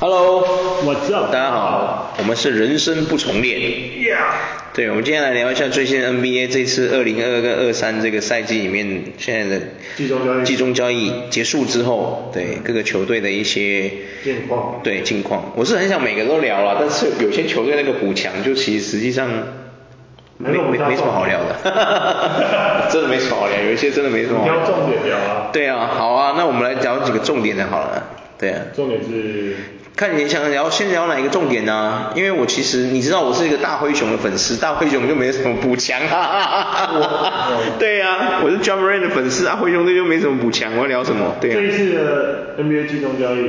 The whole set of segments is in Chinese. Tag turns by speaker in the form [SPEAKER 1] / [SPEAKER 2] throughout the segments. [SPEAKER 1] Hello，
[SPEAKER 2] 我知道
[SPEAKER 1] 大家好，我们是人生不重练。对，我们今天来聊一下最新 NBA 这次二零二跟二三这个赛季里面现在的
[SPEAKER 2] 集中交易
[SPEAKER 1] 集中交易结束之后，对各个球队的一些
[SPEAKER 2] 近况
[SPEAKER 1] 对近况，我是很想每个都聊了，但是有些球队那个补强就其实实际上没
[SPEAKER 2] 没有
[SPEAKER 1] 没
[SPEAKER 2] 比较
[SPEAKER 1] 没什么好聊的， 真的没什么好聊，有一些真的没什么好聊。
[SPEAKER 2] 你挑重点聊啊
[SPEAKER 1] 对啊，好啊，那我们来聊几个重点的好了。对啊。
[SPEAKER 2] 重点是
[SPEAKER 1] 看你想聊先聊哪一个重点呢、啊因为我其实你知道我是一个大灰熊的粉丝，大灰熊就没什么补强啊
[SPEAKER 2] 我。
[SPEAKER 1] 对啊，我是 j a m a r a n 的粉丝啊，灰熊队就没什么补强，我要聊什么？
[SPEAKER 2] 这一
[SPEAKER 1] 对啊，
[SPEAKER 2] 次的 NBA 金融交易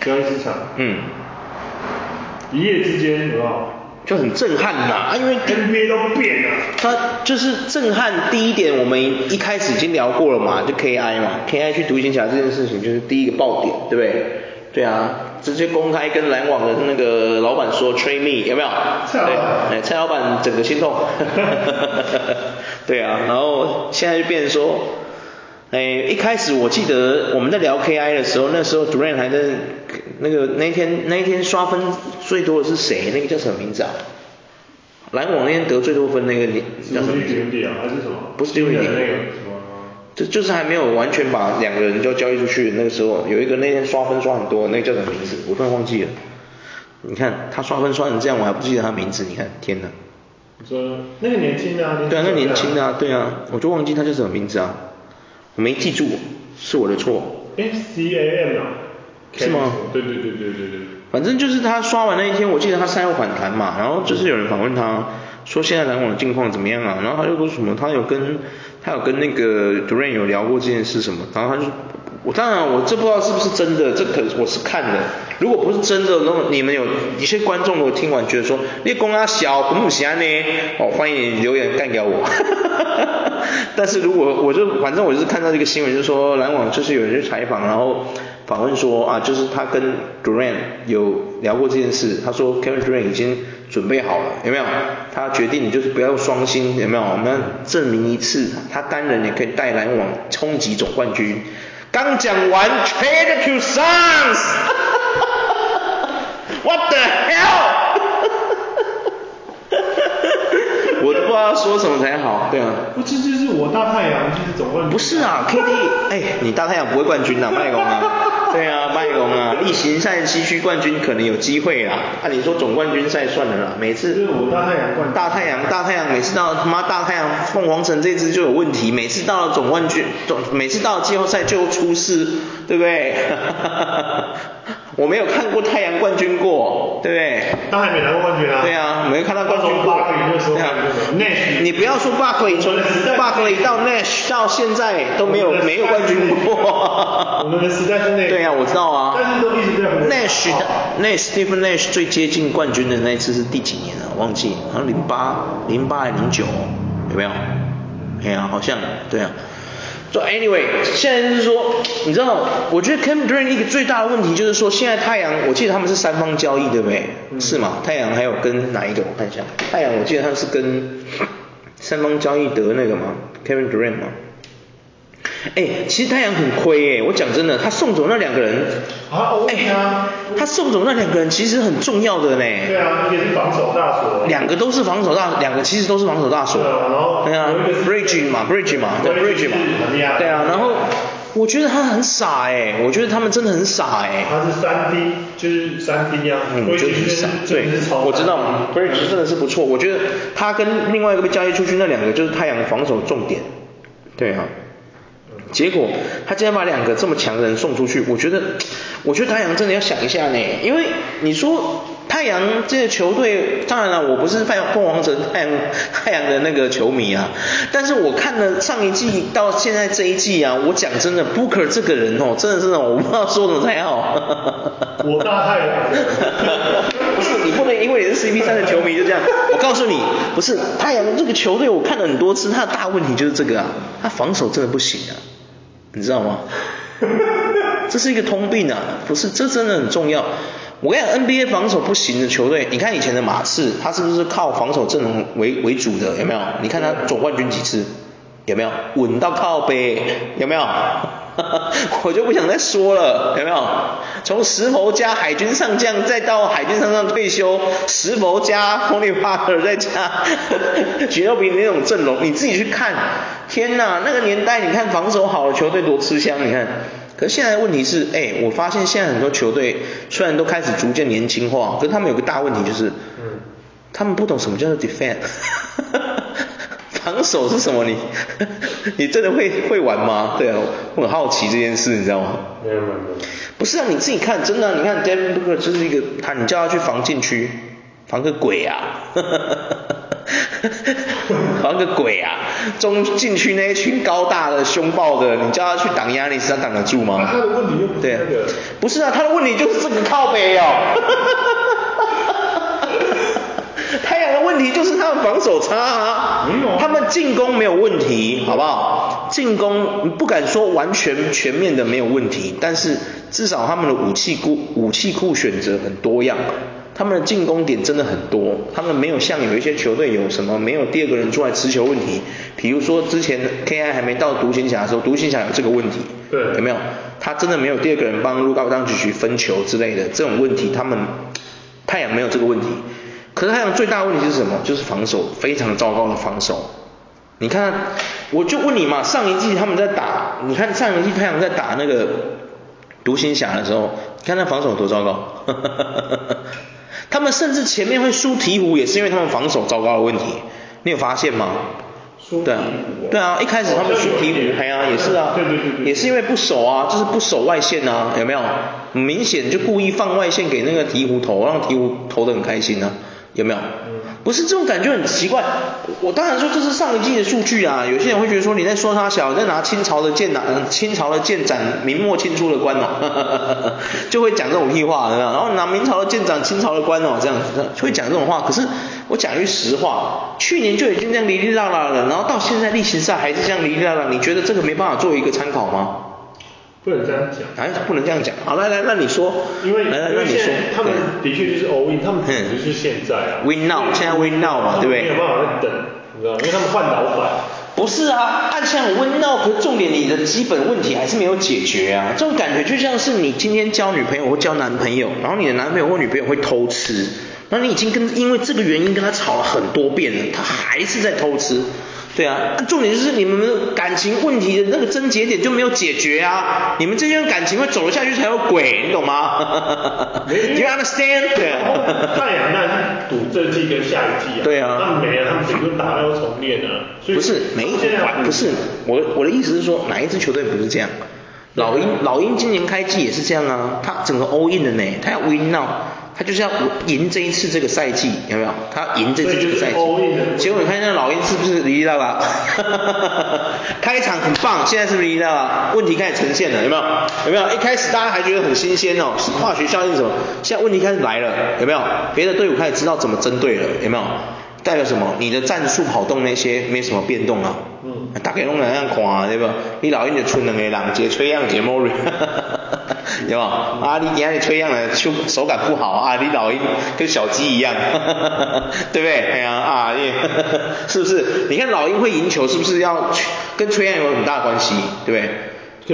[SPEAKER 2] 交易市场，
[SPEAKER 1] 嗯，
[SPEAKER 2] 一夜之间，有没有
[SPEAKER 1] 就很震撼呐、啊，因为第
[SPEAKER 2] ？NBA 都变了，
[SPEAKER 1] 他就是震撼。第一点，我们一开始已经聊过了嘛，就 KI 嘛，KI 去独行侠这件事情就是第一个爆点，对不对？对啊，直接公开跟篮网的那个老板说 “train me”，有没有？
[SPEAKER 2] 蔡老板
[SPEAKER 1] 对，哎，蔡老板整个心痛。 对啊，然后现在就变成说，哎，一开始我记得我们在聊 KI 的时候，那时候 Durant 还在那个那一天那一天刷分最多的是谁？那个叫什么名字啊？篮网那天得最多分那个你
[SPEAKER 2] 是
[SPEAKER 1] 叫什
[SPEAKER 2] 不
[SPEAKER 1] 么
[SPEAKER 2] 是
[SPEAKER 1] 名字？
[SPEAKER 2] Judy 啊，还是什么？
[SPEAKER 1] 不是
[SPEAKER 2] 新的
[SPEAKER 1] Judy
[SPEAKER 2] 那个什么？
[SPEAKER 1] 就就是还没有完全把两个人就交易出去。那个时候有一个那天刷分刷很多，那个叫什么名字？我突然忘记了。你看他刷分刷成这样，我还不记得他名字。你看，天哪！
[SPEAKER 2] 你说那个年轻的啊，
[SPEAKER 1] 对啊，那年轻的
[SPEAKER 2] 啊。
[SPEAKER 1] 啊，对啊，我就忘记他叫什么名字啊，我没记住，是我的错。
[SPEAKER 2] 哎，CAM 啊，
[SPEAKER 1] 是吗
[SPEAKER 2] Cam 对对对对对对。
[SPEAKER 1] 反正就是他刷完那一天，我记得他赛后反弹嘛，然后就是有人访问他说现在篮网的近况怎么样啊，然后他就说什么他有跟他有跟那个 Durant 有聊过这件事什么，然后他就我当然我这不知道是不是真的，这可我是看的，如果不是真的，那么你们有一些观众如果听完觉得说你公阿小不母侠呢，哦欢迎你留言干掉我。 但是如果我就反正我就是看到这个新闻，就是说篮网就是有人去采访，然后访问说啊，就是他跟 Durant 有聊过这件事，他说 Kevin Durant 已经准备好了，有没有？他决定就是不要双星，有没有？我们要证明一次，他单人也可以带篮网冲击总冠军。刚讲完 Trade to Suns，What the hell？我都不知道要说什么才好，对啊。
[SPEAKER 2] 不，这就是我大太阳，就是总冠军。
[SPEAKER 1] 不是啊，KD，哎，你大太阳不会冠军啦，麦公啊， 对啊，麦公啊，例行赛西区冠军可能有机会啦，按理说总冠军赛算了啦，每
[SPEAKER 2] 就是
[SPEAKER 1] 次
[SPEAKER 2] 我大太阳冠军。
[SPEAKER 1] 大太阳大太阳每次到他妈大太阳凤凰城这支就有问题，每次到了总冠军，总每次到了季后赛就出事，对不对？ 我没有看过太阳冠军过，对不对？
[SPEAKER 2] 他还没拿过冠军啊。
[SPEAKER 1] 对啊，没看到冠军过。
[SPEAKER 2] 八零的时候，
[SPEAKER 1] 对啊
[SPEAKER 2] 那
[SPEAKER 1] 你不要说 Buckley 从
[SPEAKER 2] 我的时代
[SPEAKER 1] Buckley 到 Nash 到现在都没有
[SPEAKER 2] 我的时代
[SPEAKER 1] 没有冠军 过。
[SPEAKER 2] 我们的时代是那个
[SPEAKER 1] 对啊，我知道啊。
[SPEAKER 2] 但是都一直在红
[SPEAKER 1] Nash 的 Nash Stephen Nash 最接近冠军的那一次是第几年啊？忘记，好像零八零八还零九，有没有？哎呀、好像对啊。So anyway，现在就是说，你知道，我觉得 Cam Durant 一个最大的问题就是说，现在太阳，我记得他们是三方交易，对不对？是吗？太阳还有跟哪一个？我看一下，太阳我记得他是跟 三方交易得那个嘛，Kevin Durant 嘛。哎、其实太阳很亏哎、我讲真的，他送走那两个人，
[SPEAKER 2] 啊我问你啊
[SPEAKER 1] 哎他送走那两个人其实很重要的呢。
[SPEAKER 2] 对啊，一个是防守大锁，
[SPEAKER 1] 两个都是防守大，两个其实都是防守大手。
[SPEAKER 2] 对啊然后
[SPEAKER 1] 对啊
[SPEAKER 2] 有一个是
[SPEAKER 1] ，Bridge 嘛，Bridge 嘛，对
[SPEAKER 2] Bridge
[SPEAKER 1] ，Bridge 嘛
[SPEAKER 2] 是很厉害，的
[SPEAKER 1] 对啊，然后我觉得他很傻哎、我觉得他们真的很傻哎、
[SPEAKER 2] 它是三 D，就是三 D 啊，
[SPEAKER 1] 嗯，
[SPEAKER 2] 我
[SPEAKER 1] 就是
[SPEAKER 2] 是
[SPEAKER 1] 傻，对
[SPEAKER 2] 就是超，
[SPEAKER 1] 我知道，Bridge 真的是不错，我觉得他跟另外一个被交易出去那两个就是太阳防守重点，对啊，
[SPEAKER 2] 嗯
[SPEAKER 1] 结果他竟然把两个这么强的人送出去，我觉得，我觉得太阳真的要想一下呢，因为你说太阳这个球队，当然了，我不是太阳凤凰城太阳太阳的那个球迷啊，但是我看了上一季到现在这一季啊，我讲真的，Booker 这个人哦，真的是让我不知道说什么才好。
[SPEAKER 2] 我大太阳，
[SPEAKER 1] 不是你不能因为你是 CP 三的球迷就这样。我告诉你，不是太阳这个球队，我看了很多次，他的大问题就是这个啊，他防守真的不行啊，你知道吗？这是一个通病啊，不是，这真的很重要。我跟你讲，NBA 防守不行的球队，你看以前的马刺，他是不是靠防守阵容为为主的？有没有？你看他总冠军几次？有没有？稳到靠背？有没有？ 我就不想再说了，有没有？从石佛加海军上将，再到海军上将退休，石佛加 Tony Parker，再加 许诺比那种阵容，你自己去看，天哪，那个年代你看防守好的球队多吃香，你看。可是现在的问题是，哎，我发现现在很多球队虽然都开始逐渐年轻化，可是他们有个大问题就是，
[SPEAKER 2] 嗯
[SPEAKER 1] 他们不懂什么叫做 defend，防守是什么你？ 你真的会会玩吗？对啊，我很好奇这件事，你知道吗？
[SPEAKER 2] 没有没有没有，
[SPEAKER 1] 不是啊，你自己看，真的啊、你看 Devin Booker 就是一个他，你叫他去防禁区，防个鬼啊！ 防个鬼啊！中禁区那一群高大的、凶暴的，你叫他去挡压力，他挡得住吗？
[SPEAKER 2] 他的问题又不
[SPEAKER 1] 对
[SPEAKER 2] 是
[SPEAKER 1] 啊
[SPEAKER 2] 那个，
[SPEAKER 1] 不是啊，他的问题就是这个靠背哦。 太阳的问题就是他们防守差啊，
[SPEAKER 2] 没有啊
[SPEAKER 1] 他们进攻没有问题，好不好？进攻不敢说完全全面的没有问题，但是至少他们的武器库武器库选择很多样，他们的进攻点真的很多，他们没有像有一些球队有什么没有第二个人出来持球问题，比如说之前 KI 还没到独行侠的时候，独行侠有这个问题，
[SPEAKER 2] 对
[SPEAKER 1] 有没有？他真的没有第二个人帮路高当局去分球之类的这种问题，他们太阳没有这个问题。可是太阳最大的问题是什么？就是防守非常糟糕的防守。你看，我就问你嘛，上一季他们在打，你看上一季太阳在打那个独行侠的时候，你看他防守多糟糕。他们甚至前面会输鹈鹕，也是因为他们防守糟糕的问题。你有发现吗？
[SPEAKER 2] 输
[SPEAKER 1] 对啊
[SPEAKER 2] 鹈鹕哦，
[SPEAKER 1] 对啊，一开始他们输鹈鹕，哎呀、也是啊，
[SPEAKER 2] 对对对对对
[SPEAKER 1] 也是因为不守啊，就是不守外线啊，有没有？很明显就故意放外线给那个鹈鹕投，让鹈鹕投的很开心啊，有没有？不是这种感觉很奇怪。我当然说这是上一季的数据啊，有些人会觉得说你在说他小，你在拿清朝的剑拿呃清朝的剑斩明末清初的官哦， 就会讲这种屁话，有没有？然后拿明朝的剑斩清朝的官哦，这样子会讲这种话。可是我讲句实话，去年就已经这样哩哩啦啦了，然后到现在例行赛还是这样哩哩啦啦，你觉得这个没办法做一个参考吗？
[SPEAKER 2] 不能这样讲。
[SPEAKER 1] 哎，不能这样讲。好，来来，那你说，
[SPEAKER 2] 因为
[SPEAKER 1] 来来，
[SPEAKER 2] 因
[SPEAKER 1] 那
[SPEAKER 2] 为
[SPEAKER 1] 你
[SPEAKER 2] 现
[SPEAKER 1] 说
[SPEAKER 2] 在，他们的确就是 all in，他们
[SPEAKER 1] 嗯
[SPEAKER 2] 就是现在啊
[SPEAKER 1] win now，现在 win now 嘛，对不对？
[SPEAKER 2] 没有办法再等，你知道吗？因为他们换老板，
[SPEAKER 1] 不是啊，暗箱温闹，可是重点你的基本问题还是没有解决啊。这种感觉就像是你今天交女朋友或交男朋友，然后你的男朋友或女朋友会偷吃，那你已经跟因为这个原因跟他吵了很多遍了，他还是在偷吃。对啊，那重点就是你们的感情问题的那个症结点就没有解决啊，你们这些感情会走得下去才有鬼，你懂吗 ？Do you understand？对
[SPEAKER 2] 然后
[SPEAKER 1] 啊。
[SPEAKER 2] 太阳哦那是赌这季跟下一季啊，
[SPEAKER 1] 对啊
[SPEAKER 2] 他们没了，他们整个打到重练啊，所以
[SPEAKER 1] 不是每一
[SPEAKER 2] 现在嗯
[SPEAKER 1] 不是我我的意思是说哪一支球队不是这样？老鹰老鹰今年开季也是这样啊，他整个 all in 的呢，他要 win now，他就是要赢这一次这个赛季，有没有？他要赢这次这个赛季
[SPEAKER 2] 所以就是 all in 的。
[SPEAKER 1] 结果你看那老鹰是不是离到了？开场很棒，现在是不是离到了？问题开始呈现了，有没有？有没有？一开始大家还觉得很新鲜哦，是化学效应什么？现在问题开始来了，有没有？别的队伍开始知道怎么针对了，有没有？代表什么？你的战术跑动那些没什么变动啊。
[SPEAKER 2] 嗯
[SPEAKER 1] 大家拢来样看啊，对吧？你老鹰就剩两个人，一个崔样，一个莫瑞， 对吧？啊，你今天崔样的手手感不好啊，你老鹰跟小鸡一样， 对不对？哎呀啊，你 是不是？你看老鹰会赢球，是不是要跟崔样有很大关系，对不对？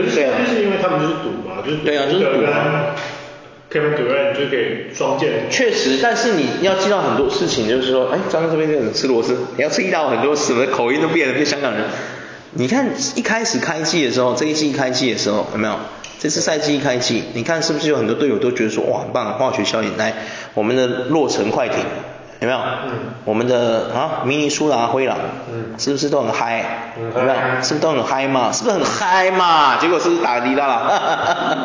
[SPEAKER 2] 可是
[SPEAKER 1] 对啊
[SPEAKER 2] 就是因为他们就是赌嘛，就是
[SPEAKER 1] 对啊就是赌啊。
[SPEAKER 2] Kevin Durant 就可以双剑，
[SPEAKER 1] 确实，但是你要记到很多事情，就是说，哎，刚刚这边有人吃螺丝，你要注意到很多什么口音都变了，变香港人。你看一开始开季的时候，这一季开季的时候，有没有？这次赛季一开季，你看是不是有很多队友都觉得说，哇，很棒，化学效应，来，我们的洛城快艇，有没有？
[SPEAKER 2] 嗯
[SPEAKER 1] 我们的啊，明尼苏达灰狼，
[SPEAKER 2] 嗯
[SPEAKER 1] 是不是都很嗨？
[SPEAKER 2] 嗯
[SPEAKER 1] 有没有？
[SPEAKER 2] 嗨
[SPEAKER 1] 是不是都很嗨嘛？是不是很嗨嘛？结果是不是打离了啦？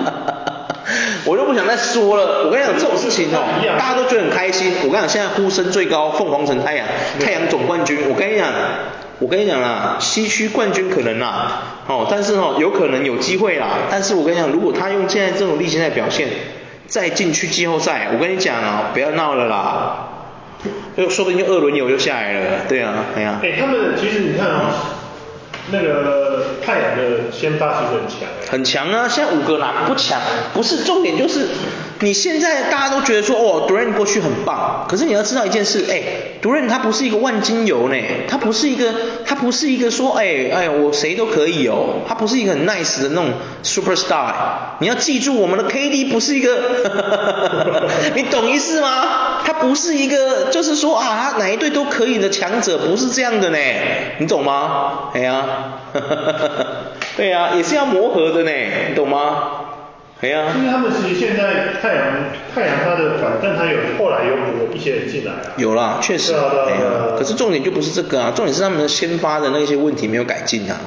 [SPEAKER 1] 我就不想再说了。我跟你讲这种事情
[SPEAKER 2] 一
[SPEAKER 1] 哦
[SPEAKER 2] 样，
[SPEAKER 1] 大家都觉得很开心。我跟你讲，现在呼声最高，凤凰城太阳，
[SPEAKER 2] 嗯
[SPEAKER 1] 太阳总冠军。我跟你讲，我跟你讲啦，西区冠军可能啦，哦，但是哦，有可能有机会啦。但是我跟你讲，如果他用现在这种例行赛表现，再进去季后赛，我跟你讲啊，不要闹了啦。就说不定就二轮游就下来了，对啊，哎呀、
[SPEAKER 2] 哎、他们其实你看啊、那个太阳的先发其实很强哎、
[SPEAKER 1] 很强啊，现在五个哪不强？不是重点就是，你现在大家都觉得说，哦，独任过去很棒，可是你要知道一件事，哎，独任他不是一个万金油呢，他不是一个，他不是一个说，哎哎，我谁都可以哦，他不是一个很 nice 的那种 super star，哎你要记住我们的 KD 不是一个， 你懂意思吗？他不是一个，就是说啊，他哪一队都可以的强者，不是这样的呢，你懂吗？哎呀。 对啊，也是要磨合的呢，你懂吗？哎呀、
[SPEAKER 2] 啊因为他们其实现在太阳太阳它的反正它有后来有补一些人进来啊，
[SPEAKER 1] 有啦，确实，
[SPEAKER 2] 对啊对啊
[SPEAKER 1] 哎呀
[SPEAKER 2] 对啊对啊
[SPEAKER 1] 可是重点就不是这个啊，重点是他们的先发的那些问题没有改进啊，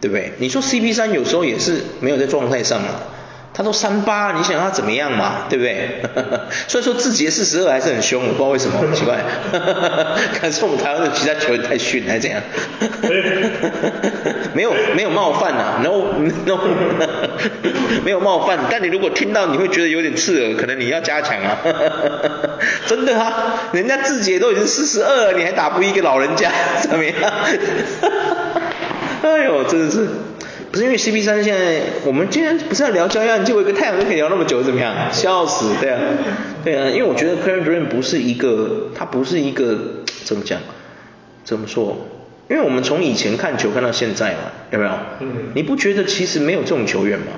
[SPEAKER 1] 对不对？你说 CP 三有时候也是没有在状态上啊，他都三八，你想他怎么样嘛，对不对？ 虽然说字节四十二还是很凶，我不知道为什么，很奇怪， 可能是我们台湾的其他球员太逊还是怎样？ 没有没有冒犯啊，no no，没有冒犯，但你如果听到你会觉得有点刺耳，可能你要加强啊， 真的啊，人家志杰都已经四十二了，你还打不赢一个老人家， 怎么样？哎呦，真的是，不是因为 CP 三现在，我们今天不是要聊交易案，结果一个太阳就可以聊那么久，怎么样？笑死，对啊，对啊，因为我觉得 c a r e n Durant 不是一个，他不是一个怎么讲，怎么说？因为我们从以前看球看到现在嘛，有没有？
[SPEAKER 2] 嗯
[SPEAKER 1] 你不觉得其实没有这种球员吗？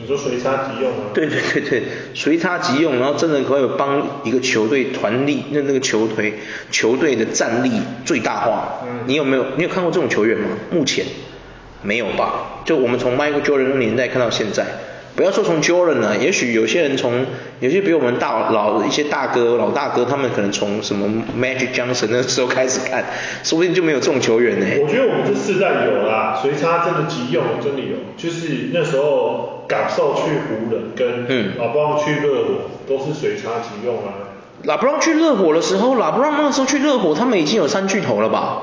[SPEAKER 2] 你说随插即用啊，
[SPEAKER 1] 对对对对，随他即用，然后真的可以帮一个球队团力，那那个球队球队的战力最大化。
[SPEAKER 2] 嗯
[SPEAKER 1] 你有没有你有看过这种球员吗？目前没有吧？就我们从 Michael Jordan 那年代看到现在，不要说从 Jordan 了、也许有些人从有些比我们大老一些大哥老大哥，他们可能从什么 Magic Johnson 那时候开始看，说不定就没有这种球员呢、
[SPEAKER 2] 我觉得我们这世代有啦，随插真的急用，真的有。就是那时候感受去湖人跟
[SPEAKER 1] 嗯
[SPEAKER 2] 老帮去热火都是随插急用啊。
[SPEAKER 1] 拉布朗去热火的时候，拉布朗那时候去热火，他们已经有三巨头了吧？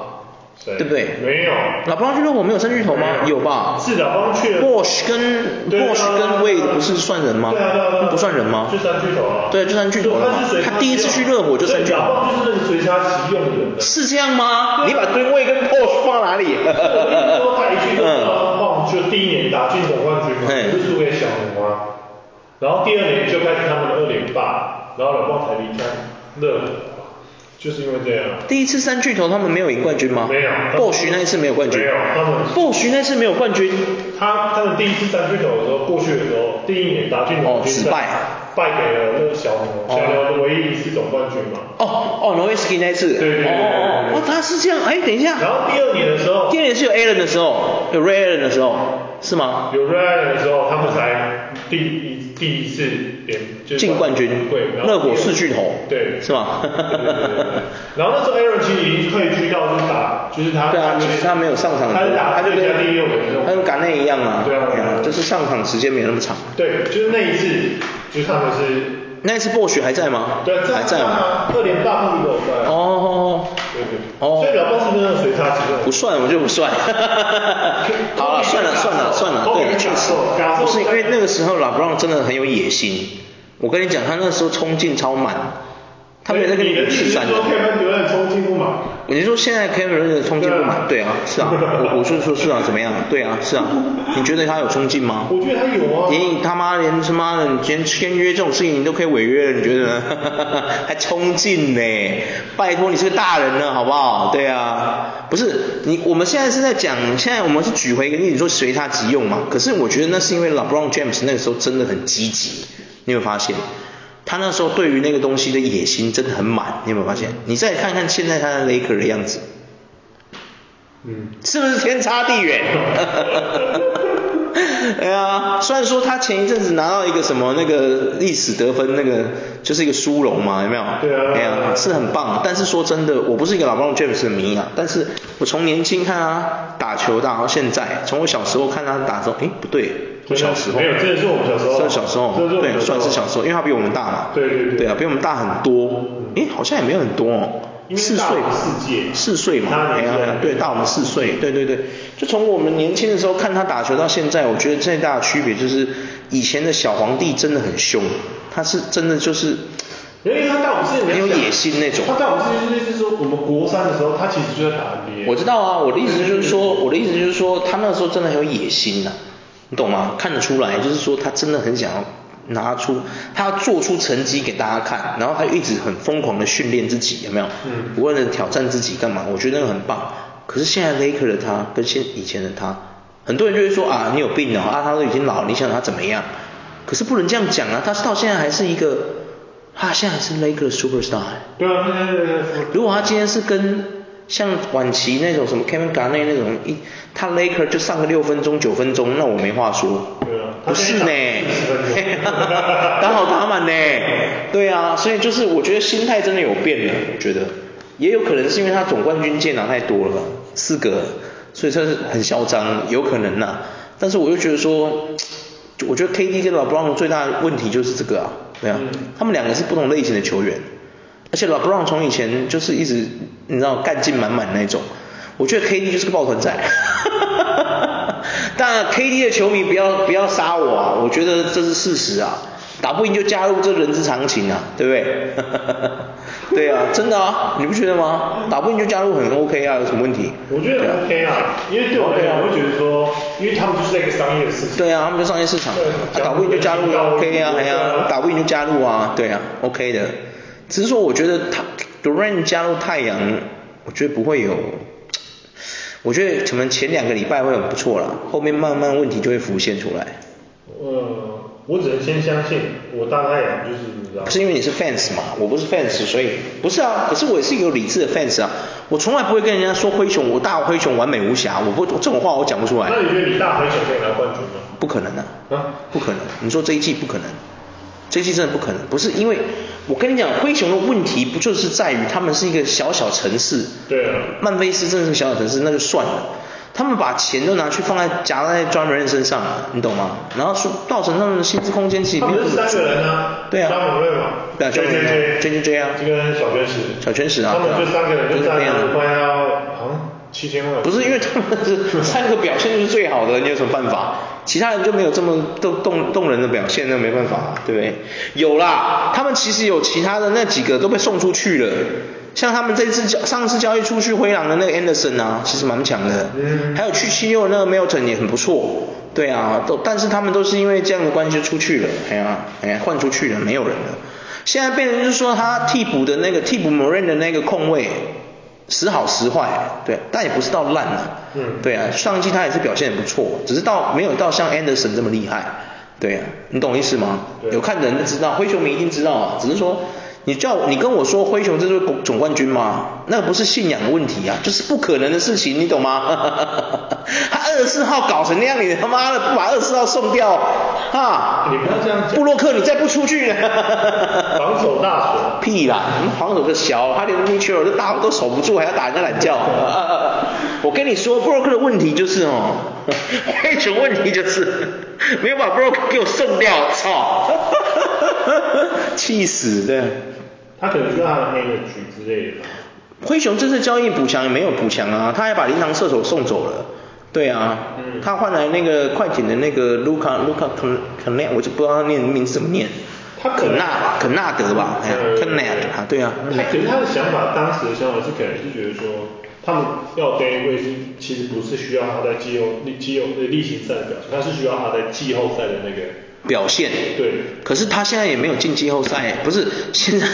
[SPEAKER 2] 谁
[SPEAKER 1] 对不对
[SPEAKER 2] 没有。
[SPEAKER 1] 老布朗去热火没有三巨头吗？有吧？
[SPEAKER 2] 是老帮去了。
[SPEAKER 1] Bosch 跟
[SPEAKER 2] 对啊
[SPEAKER 1] Bosch 跟 Wade 不是算人吗
[SPEAKER 2] 对啊对啊对啊
[SPEAKER 1] 不算人吗
[SPEAKER 2] 就三巨头啊。
[SPEAKER 1] 对就三巨头了嘛
[SPEAKER 2] 他是随插
[SPEAKER 1] 他第一次去热火就三巨头
[SPEAKER 2] 对老帮就是那个随插急用的人啊。
[SPEAKER 1] 是这样吗？你把吨位跟 Bosch 放哪里？
[SPEAKER 2] 说他一去就知道，哦，就第一年打进总冠军嘛，
[SPEAKER 1] 嗯
[SPEAKER 2] 不是输给小牛啊。然后第二年就开始他们的二连霸，然后老棒才离开热火，就是因为这样。
[SPEAKER 1] 第一次三巨头他们没有赢冠军吗？
[SPEAKER 2] 没有
[SPEAKER 1] Bosch 那一次没有冠军。
[SPEAKER 2] 没有他们
[SPEAKER 1] Bosch 那次没有冠军。
[SPEAKER 2] 他他们第一次三巨头的时候，过去的时候，第一年打进总冠军赛，
[SPEAKER 1] 哦只败
[SPEAKER 2] 败给了那个小牛，小牛唯一一次总冠军嘛。
[SPEAKER 1] 哦哦 n o w i s k i 那一次。
[SPEAKER 2] 对对对
[SPEAKER 1] 哦哦
[SPEAKER 2] 对对
[SPEAKER 1] 哦，他是这样。哎，等一下，
[SPEAKER 2] 然后第二年的时候，
[SPEAKER 1] 第二年是有 Allen 的时候，有 Ray Allen 的时候，是吗？
[SPEAKER 2] 有瑞艾的时候，他们才第一第一次连就是
[SPEAKER 1] 进冠军
[SPEAKER 2] 对，然后
[SPEAKER 1] 热火四巨头
[SPEAKER 2] 对，
[SPEAKER 1] 是吗
[SPEAKER 2] 对对对对 对然后那时候 Aaron 其实已经退居到就是打，就是他
[SPEAKER 1] 对啊，
[SPEAKER 2] 有
[SPEAKER 1] 其
[SPEAKER 2] 点
[SPEAKER 1] 实他没有上场
[SPEAKER 2] 他是打
[SPEAKER 1] 他就
[SPEAKER 2] 最
[SPEAKER 1] 跟
[SPEAKER 2] 佳第六人这种，
[SPEAKER 1] 他跟港内一样啊，
[SPEAKER 2] 对啊对啊对啊
[SPEAKER 1] 就是上场时间没有那么长。
[SPEAKER 2] 对，就是那一次，就是他们是
[SPEAKER 1] 那一次 Bosch 还在吗？
[SPEAKER 2] 对啊
[SPEAKER 1] 还在吗？
[SPEAKER 2] 吗？二连霸不如我们，
[SPEAKER 1] 哦，
[SPEAKER 2] 对对对，
[SPEAKER 1] 哦
[SPEAKER 2] 所以老包是那个水差几
[SPEAKER 1] 不算，我觉得不 算。好了，算了算了算了，对了，确实，不是因为那个时候老布朗真的很有野心。我跟你讲，他那时候冲劲超满，他没有在跟你
[SPEAKER 2] 你的
[SPEAKER 1] 五
[SPEAKER 2] 意
[SPEAKER 1] 四
[SPEAKER 2] 思是
[SPEAKER 1] 三的
[SPEAKER 2] 说。Kevin Durant 冲进不满？
[SPEAKER 1] 你说现在 Kevin 的冲劲不满？对
[SPEAKER 2] 对
[SPEAKER 1] 啊
[SPEAKER 2] 啊，
[SPEAKER 1] 是啊，我我是说是啊，怎么样？对啊，是啊，你觉得他有冲劲吗？
[SPEAKER 2] 我觉得他有啊，
[SPEAKER 1] 你他妈连他妈的，你签签约这种事情你都可以违约了，你觉得呢？ 还冲劲呢？拜托你是个大人了，好不好？对啊，不是你，我们现在是在讲，现在我们是举回一个例子，你说随他即用嘛。可是我觉得那是因为 LeBron James 那个时候真的很积极，你有没有发现？他那时候对于那个东西的野心真的很满，你有没有发现？你再看看现在他的 Laker 的样子，
[SPEAKER 2] 嗯，
[SPEAKER 1] 是不是天差地远？ 哎呀，虽然说他前一阵子拿到一个什么那个历史得分那个，就是一个殊荣嘛，有没有？
[SPEAKER 2] 对啊
[SPEAKER 1] 哎呀，是很棒。但是说真的，我不是一个老布朗 James 的迷啊，但是我从年轻看他打球打到现在，从我小时候看他打的时候，哎，不对，我小时候
[SPEAKER 2] 没有，这个是我们小时候，
[SPEAKER 1] 算小时候
[SPEAKER 2] 这个是，我们
[SPEAKER 1] 对，算是小时候，因为他比我们大嘛。
[SPEAKER 2] 对对对
[SPEAKER 1] 对啊，比我们大很多。诶，好像也没有很多哦。
[SPEAKER 2] 因为
[SPEAKER 1] 四
[SPEAKER 2] 大
[SPEAKER 1] 岁
[SPEAKER 2] 我们，四届
[SPEAKER 1] 四岁嘛，
[SPEAKER 2] 他
[SPEAKER 1] 哎
[SPEAKER 2] 年
[SPEAKER 1] 呀
[SPEAKER 2] 纪
[SPEAKER 1] 哎呀
[SPEAKER 2] 还
[SPEAKER 1] 对，大我们四岁，对对对，就从我们年轻的时候看他打球到现在，我觉得最大的区别就是以前的小皇帝真的很凶，他是真的就是
[SPEAKER 2] 因为他带我们之前
[SPEAKER 1] 很有
[SPEAKER 2] 你要想
[SPEAKER 1] 野心那种
[SPEAKER 2] 他带我们之前就是说，我们国三的时候，他其实就在打 NBA。
[SPEAKER 1] 我知道啊，我的意思就是说，我的意思就是说，他那时候真的很有野心呐、你懂吗？看得出来，就是说他真的很想要拿出，他要做出成绩给大家看，然后他一直很疯狂的训练自己，有没有？
[SPEAKER 2] 嗯
[SPEAKER 1] 不为了挑战自己干嘛？我觉得那个很棒。可是现在 Laker 的他跟现以前的他，很多人就会说啊，你有病哦，啊，他都已经老了，你想他怎么样？可是不能这样讲啊，他到现在还是一个，他现在还是 Laker superstar 欸、
[SPEAKER 2] 对啊，对对对对对。
[SPEAKER 1] 如果他今天是跟像晚期那种什么 Kevin Garnett 那种一，他 Laker 就上个六分钟九分钟，那我没话说。
[SPEAKER 2] 对啊
[SPEAKER 1] 不是呢
[SPEAKER 2] 他现在打40分钟，
[SPEAKER 1] 打好打满呢。对啊，所以就是我觉得心态真的有变了，我觉得也有可能是因为他总冠军剑拿太多了，四个，所以这是很嚣张，有可能呐、啊但是我又觉得说，我觉得 KD 跟 LeBron 最大的问题就是这个啊，对啊，
[SPEAKER 2] 嗯
[SPEAKER 1] 他们两个是不同类型的球员，而且 LeBron 从以前就是一直你知道干劲满满那种，我觉得 KD 就是个抱团仔。 但 KD 的球迷不要不要杀我啊，我觉得这是事实啊，打不赢就加入，这人之常情啊，对不 对？对啊，真的啊，你不觉得吗？打不赢就加入很 OK 啊，有什么问题？
[SPEAKER 2] 我觉得很 OK 啊，因为对我来讲，我会觉得说，因为他们就是在一个商业的事情。
[SPEAKER 1] 对啊，他们就商业市场，啊
[SPEAKER 2] 对
[SPEAKER 1] 打不赢就加入啊，OK 啊，哎呀、打不赢就加入啊，对啊，OK 的。只是说我觉得他 Durant 加入太阳，我觉得不会有，我觉得可能前两个礼拜会很不错啦，后面慢慢问题就会浮现出来。
[SPEAKER 2] 呃，我只能先相信，我大概也就是你知道
[SPEAKER 1] 不，是因为你是 fans 嘛，我不是 fans，所以不是啊。可是我也是一个有理智的 fans 啊，我从来不会跟人家说灰熊，我大灰熊完美无瑕，我不这种话我讲不出来
[SPEAKER 2] 那，你觉得你大回球可以拿冠军吗？
[SPEAKER 1] 不可能啊。
[SPEAKER 2] 啊？
[SPEAKER 1] 不可能，你说这一季不可能，这一季真的不可能，不是因为我跟你讲，灰熊的问题不就是在于他们是一个小小城市，
[SPEAKER 2] 对啊，
[SPEAKER 1] 曼菲斯真的是小小城市，那就算了，他们把钱都拿去放在夹在专门人身上了，你懂吗？然后说造成他们的薪资空间其实
[SPEAKER 2] 他
[SPEAKER 1] 没
[SPEAKER 2] 们
[SPEAKER 1] 有
[SPEAKER 2] 是
[SPEAKER 1] 这么
[SPEAKER 2] 三
[SPEAKER 1] 足
[SPEAKER 2] 个人啊，
[SPEAKER 1] 对啊，
[SPEAKER 2] 张永瑞嘛，
[SPEAKER 1] 对啊，张永瑞 J
[SPEAKER 2] J
[SPEAKER 1] J J 啊，
[SPEAKER 2] 这跟小天使，
[SPEAKER 1] 小天使啊，
[SPEAKER 2] 他们
[SPEAKER 1] 对啊
[SPEAKER 2] 就三个人
[SPEAKER 1] 就
[SPEAKER 2] 就是占
[SPEAKER 1] 这样啊
[SPEAKER 2] 了快要好像七千万。
[SPEAKER 1] 不是因为他们是三个表现就是最好的，你有什么办法？其他人就没有这么动动动人的表现，那没办法、对不对？有啦，他们其实有其他的那几个都被送出去了，像他们这次交上次交易出去灰狼的那个 Anderson 啊，其实蛮强的，
[SPEAKER 2] 嗯
[SPEAKER 1] 还有去七六的那个 Milton 也很不错，对啊，都但是他们都是因为这样的关系出去了，哎呀哎呀换出去了，没有人了。现在变成就是说他替补的那个替补某人的那个控卫，时好时坏，对，但也不是到烂了，
[SPEAKER 2] 嗯
[SPEAKER 1] 对啊，上一季他也是表现得不错，只是到没有到像 Anderson 这么厉害，对啊，你懂我意思吗？
[SPEAKER 2] 对
[SPEAKER 1] 有看的人就知道，灰熊迷一定知道啊，只是说你叫我你跟我说灰熊这是总冠军吗？那不是信仰的问题啊，就是不可能的事情，你懂吗？ 他二十四号搞成那样，你他妈的不把二十四号送掉，哈，
[SPEAKER 2] 你不要这样讲
[SPEAKER 1] 布洛克你再不出去呢。
[SPEAKER 2] 防守大神，
[SPEAKER 1] 屁啦！你们防守个小，他连 m i t c h 都打都守不住，还要打人家懒觉。 我跟你说，布洛克的问题就是哦， 灰熊问题就是没有把布洛克给我送掉，操！ 气死对，
[SPEAKER 2] 他可能是他的 energy 之类的吧。
[SPEAKER 1] 灰熊这次交易补强也没有补强啊，他还把灵堂射手送走了。对啊，
[SPEAKER 2] 嗯
[SPEAKER 1] 他换来那个快艇的那个卢卡卢卡肯肯奈，我就不知道他念名字怎么念。
[SPEAKER 2] 他可
[SPEAKER 1] 肯
[SPEAKER 2] 能呃嗯
[SPEAKER 1] 纳肯纳德吧，哎呀，肯纳德啊，对啊。
[SPEAKER 2] 他可是他的想法，当时的想法是可能是觉得说，他们要 d a v i 其实不是需要他在季后季后呃例行赛的表现，他是需要他在季后赛的那个
[SPEAKER 1] 表现。
[SPEAKER 2] 对
[SPEAKER 1] 可是他现在也没有进季后赛，不是现在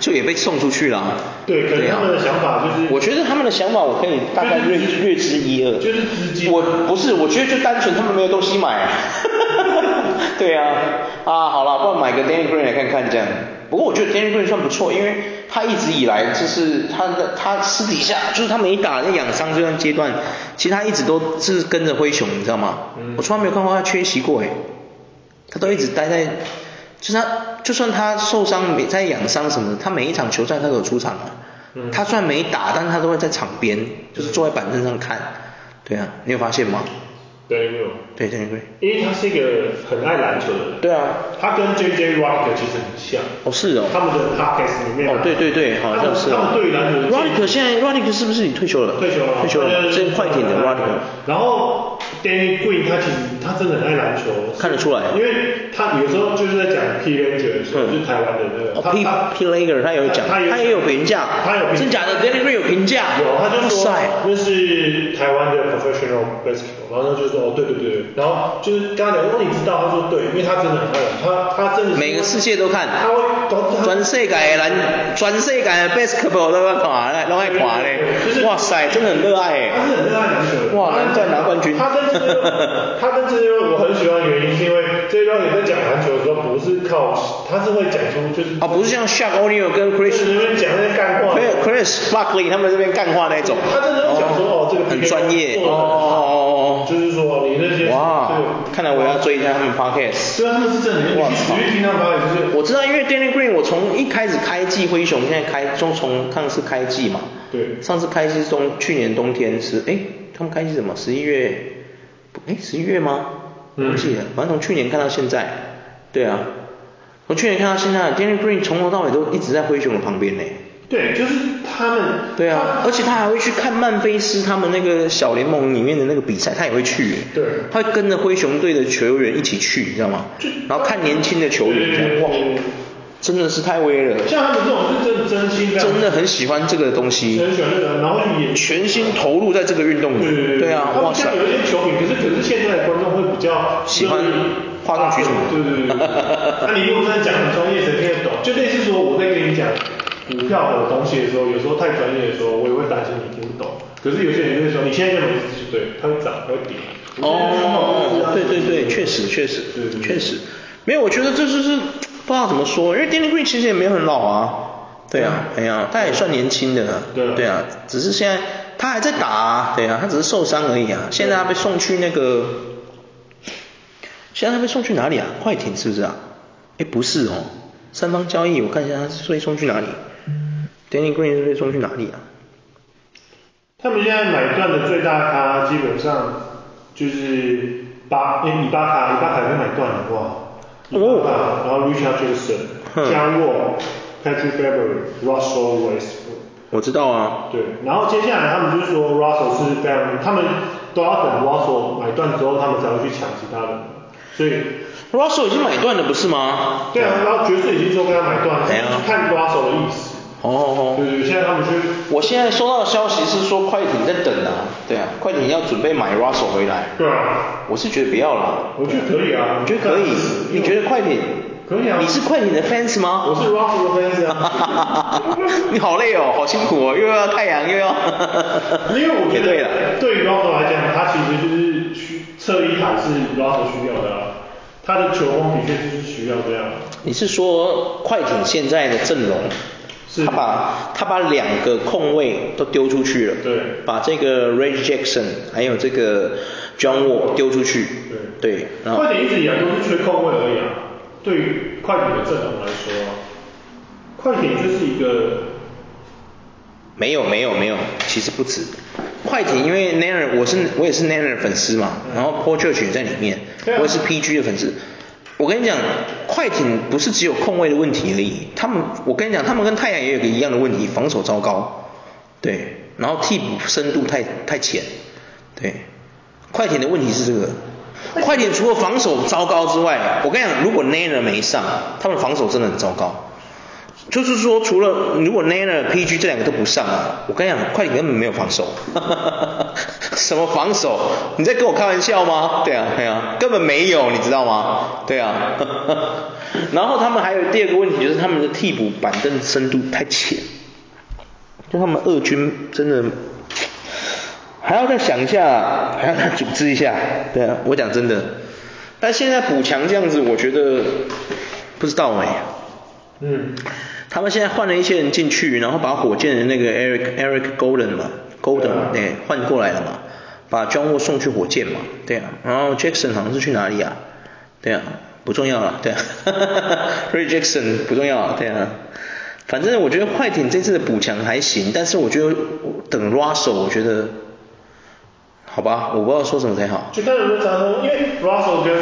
[SPEAKER 1] 就也被送出去了。啊
[SPEAKER 2] 对，可能他们的想法就是，
[SPEAKER 1] 我觉得他们的想法我可以大概略略知一二。
[SPEAKER 2] 就是资金
[SPEAKER 1] 我不是，我觉得就单纯他们没有东西买。 对啊，啊，好了，不然买个 Danny Green 来看看这样。不过我觉得 Danny Green 算不错，因为他一直以来就是他的他私底下就是他没打那养伤这段阶段，其实他一直都是跟着灰熊，你知道吗？
[SPEAKER 2] 嗯
[SPEAKER 1] 我从来没有看过他缺席过哎。他都一直待在，就是他就算他受伤没在养伤什么的，他每一场球赛他都有出场啊。
[SPEAKER 2] 嗯
[SPEAKER 1] 他虽然没打，但是他都会在场边，就是坐在板凳上看。对啊，你有发现吗？
[SPEAKER 2] 对，没有，
[SPEAKER 1] 对对对，
[SPEAKER 2] 因为他是一个很爱篮球的人，
[SPEAKER 1] 对啊
[SPEAKER 2] 他跟 JJ Rock 其实很像，
[SPEAKER 1] 哦是哦。
[SPEAKER 2] 他们的 podcast 里面啊，
[SPEAKER 1] 哦对对对，好像是、哦。
[SPEAKER 2] 他们他们对篮球的建
[SPEAKER 1] r o d
[SPEAKER 2] 议
[SPEAKER 1] i c 现在 r o d i c 是不是已经退休了？
[SPEAKER 2] 退休了，
[SPEAKER 1] 退休了，这是快艇的 r o d i c
[SPEAKER 2] 然后 Danny Green 他其实他真的很爱篮球，
[SPEAKER 1] 看得出来
[SPEAKER 2] 因为他有时候就是在讲 P Ranger 的时候，
[SPEAKER 1] 嗯
[SPEAKER 2] 就是台湾的那
[SPEAKER 1] 哦
[SPEAKER 2] 个，他
[SPEAKER 1] ，P
[SPEAKER 2] 他
[SPEAKER 1] P Lager 他有讲，
[SPEAKER 2] 他
[SPEAKER 1] 他也有评价，
[SPEAKER 2] 他有评
[SPEAKER 1] 真假的 d a n n y Green 有评价，
[SPEAKER 2] 有，他就
[SPEAKER 1] 哇
[SPEAKER 2] 说
[SPEAKER 1] 塞
[SPEAKER 2] 那是台湾的 professional basketball，然后他就说哦，对对对，然后就是刚才讲，哦，你知道，他说对，因为他真的很爱，他他真的是
[SPEAKER 1] 每个世界都看
[SPEAKER 2] 他会
[SPEAKER 1] 全世界的篮，全世界的 basketball 都要看嘞，都爱看嘞
[SPEAKER 2] 就，是
[SPEAKER 1] 哇塞，真的很热爱哎
[SPEAKER 2] 他，是很热爱篮球的，
[SPEAKER 1] 哇难怪拿冠军
[SPEAKER 2] 他跟这些， 他跟这些我很喜欢的原因，是因为这些队也在讲篮球的时候，不是靠，他是会讲出就是
[SPEAKER 1] 啊，不是像 Shaq O'Neal 跟
[SPEAKER 2] 就
[SPEAKER 1] Chris
[SPEAKER 2] 是那边讲那些干话。
[SPEAKER 1] Chris Chris Buckley 他们这边干话那种，
[SPEAKER 2] 他真的会讲说哦这个
[SPEAKER 1] 很专业，哦
[SPEAKER 2] 做得很好
[SPEAKER 1] 哦哦
[SPEAKER 2] 就是说你那些
[SPEAKER 1] 哦，哇
[SPEAKER 2] 对，
[SPEAKER 1] 看来我要追一下他们 podcast。
[SPEAKER 2] 对啊，那是真的，你
[SPEAKER 1] 哇
[SPEAKER 2] 去
[SPEAKER 1] 操
[SPEAKER 2] 仔细听到他也就是
[SPEAKER 1] 我知道，因为 Danny Green，我从一开始开季灰熊，现在开从从上次开季嘛，
[SPEAKER 2] 对
[SPEAKER 1] 上次开季是冬去年冬天是哎，他们开季什么？十一月？哎，十一月吗？
[SPEAKER 2] 嗯
[SPEAKER 1] 我记得，反正从去年看到现在，对啊，我去年看到现在，Danny Green 从头到尾都一直在灰熊的旁边呢。
[SPEAKER 2] 对，就是他们
[SPEAKER 1] 对啊，而且他还会去看曼菲斯他们那个小联盟里面的那个比赛，他也会去耶。
[SPEAKER 2] 对
[SPEAKER 1] 他会跟着灰熊队的球员一起去，你知道吗？然后看年轻的球员，这样哇，真的是太威了，
[SPEAKER 2] 像他们这种是真真心的，
[SPEAKER 1] 真的很喜欢这个东西，
[SPEAKER 2] 很喜欢这个，然后也
[SPEAKER 1] 全心投入在这个运动里。
[SPEAKER 2] 对对
[SPEAKER 1] 对啊，
[SPEAKER 2] 他
[SPEAKER 1] 哇
[SPEAKER 2] 们
[SPEAKER 1] 塞
[SPEAKER 2] 像，有一些球迷，可是可是现在的观众会比较
[SPEAKER 1] 喜欢
[SPEAKER 2] 乐意
[SPEAKER 1] 哗众取宠
[SPEAKER 2] 对对对 对。对那你如果在讲很专业，谁听得懂？就类似说我在跟你讲股票的东西的时候，有时候太专业的时候，我也会担心你听不懂。可是有些人就会说，你现在认为是对，它会涨，它会跌。
[SPEAKER 1] 哦，对对对，确实确实
[SPEAKER 2] 嗯对对对
[SPEAKER 1] 确实，没有，我觉得这就是不知道怎么说，因为 Danny Green 其实也没有很老啊，对啊，哎呀、他也算年轻的了，
[SPEAKER 2] 嗯对啊
[SPEAKER 1] 对啊，只是现在他还在打、啊，对啊，他只是受伤而已啊，现在他被送去那个，现在他被送去哪里啊？快艇是不是啊？哎，不是哦，三方交易，我看一下他是被送去哪里，Danny Green 是被送去哪里啊？
[SPEAKER 2] 他们现在买断的最大咖基本上就是巴，因为米巴卡，米巴卡被买断了，哇！
[SPEAKER 1] 哦
[SPEAKER 2] 米巴卡，然后 Richard Jackson、
[SPEAKER 1] 哼
[SPEAKER 2] John Wall、Patrick Beverly、Russell Westbrook，
[SPEAKER 1] 我知道啊，
[SPEAKER 2] 对，然后接下来他们就说 Russell 是非常，他们都要等 Russell 买断之后，他们才会去抢其他人，所以。
[SPEAKER 1] Russell 已经买断了不是吗？
[SPEAKER 2] 对啊，然后爵士已经说跟他买断，
[SPEAKER 1] 哦哎呀
[SPEAKER 2] 看 Russell 的意思。
[SPEAKER 1] 哦哦哦。
[SPEAKER 2] 对对，现在他们去
[SPEAKER 1] 我现在收到的消息是说快艇在等啊，对啊，快艇要准备买 Russell 回来，
[SPEAKER 2] 对啊，
[SPEAKER 1] 我是觉得不要了，
[SPEAKER 2] 我觉得可以啊，
[SPEAKER 1] 我觉得可以，你觉得快艇？
[SPEAKER 2] 可以啊
[SPEAKER 1] 你是快艇的 fans 吗？
[SPEAKER 2] 我 是 Russell 的 fans 啊。
[SPEAKER 1] 你好累哦，好辛苦哦，又要太阳又要
[SPEAKER 2] 因为我
[SPEAKER 1] 也
[SPEAKER 2] 觉
[SPEAKER 1] 对了，啊
[SPEAKER 2] 得对于 Russell 来讲，他其实就是需侧翼还是 Russell 需要的啊，他的球风的确就是需要这样。
[SPEAKER 1] 你是说快艇现在的阵容？
[SPEAKER 2] 是
[SPEAKER 1] 他把他把两个空位都丢出去了，
[SPEAKER 2] 对
[SPEAKER 1] 把这个 Ray Jackson 还有这个 John Wall 丢出去，
[SPEAKER 2] 对
[SPEAKER 1] 对，然后
[SPEAKER 2] 快艇一直以来都是缺控位而已啊，对于快艇的阵容来说啊，快艇就是一个
[SPEAKER 1] 没有没有没有，其实不止。快艇因为 Nanner 我是我也是 Nanner 粉丝嘛，然后 Paul George 也在里面，
[SPEAKER 2] 对啊
[SPEAKER 1] 我也是 PG 的粉丝。我跟你讲，快艇不是只有控卫的问题而已，他们我跟你讲，他们跟太阳也有个一样的问题，防守糟糕，对，然后替补深度太太浅，对。快艇的问题是这个，快艇除了防守糟糕之外，我跟你讲，如果 Nanner 没上，他们防守真的很糟糕。就是说，除了如果 Naner、PG 这两个都不上啊，我跟你讲，快艇根本没有防守， 什么防守？你在跟我开玩笑吗？对啊，对啊，根本没有，你知道吗？对啊。 然后他们还有第二个问题，就是他们的替补板凳深度太浅，就他们二军真的还要再想一下，还要再组织一下。对啊，我讲真的，但现在补强这样子，我觉得不知道哎、
[SPEAKER 2] 嗯，
[SPEAKER 1] 他们现在换了一些人进去，然后把火箭的那个 Eric Eric Golden 嘛
[SPEAKER 2] 对
[SPEAKER 1] ，Golden
[SPEAKER 2] 啊
[SPEAKER 1] 哎、换过来了嘛，把 John Wall 送去火箭嘛，对啊，然后 Jackson 好像是去哪里啊？对啊，不重要了，对啊 ，Ray Jackson 不重要了，对啊，反正我觉得快艇这次的补强还行，但是我觉得等 Russell 我觉得好吧，我不知道说什么才好。
[SPEAKER 2] 就当然会砸中，因为 Russell 跟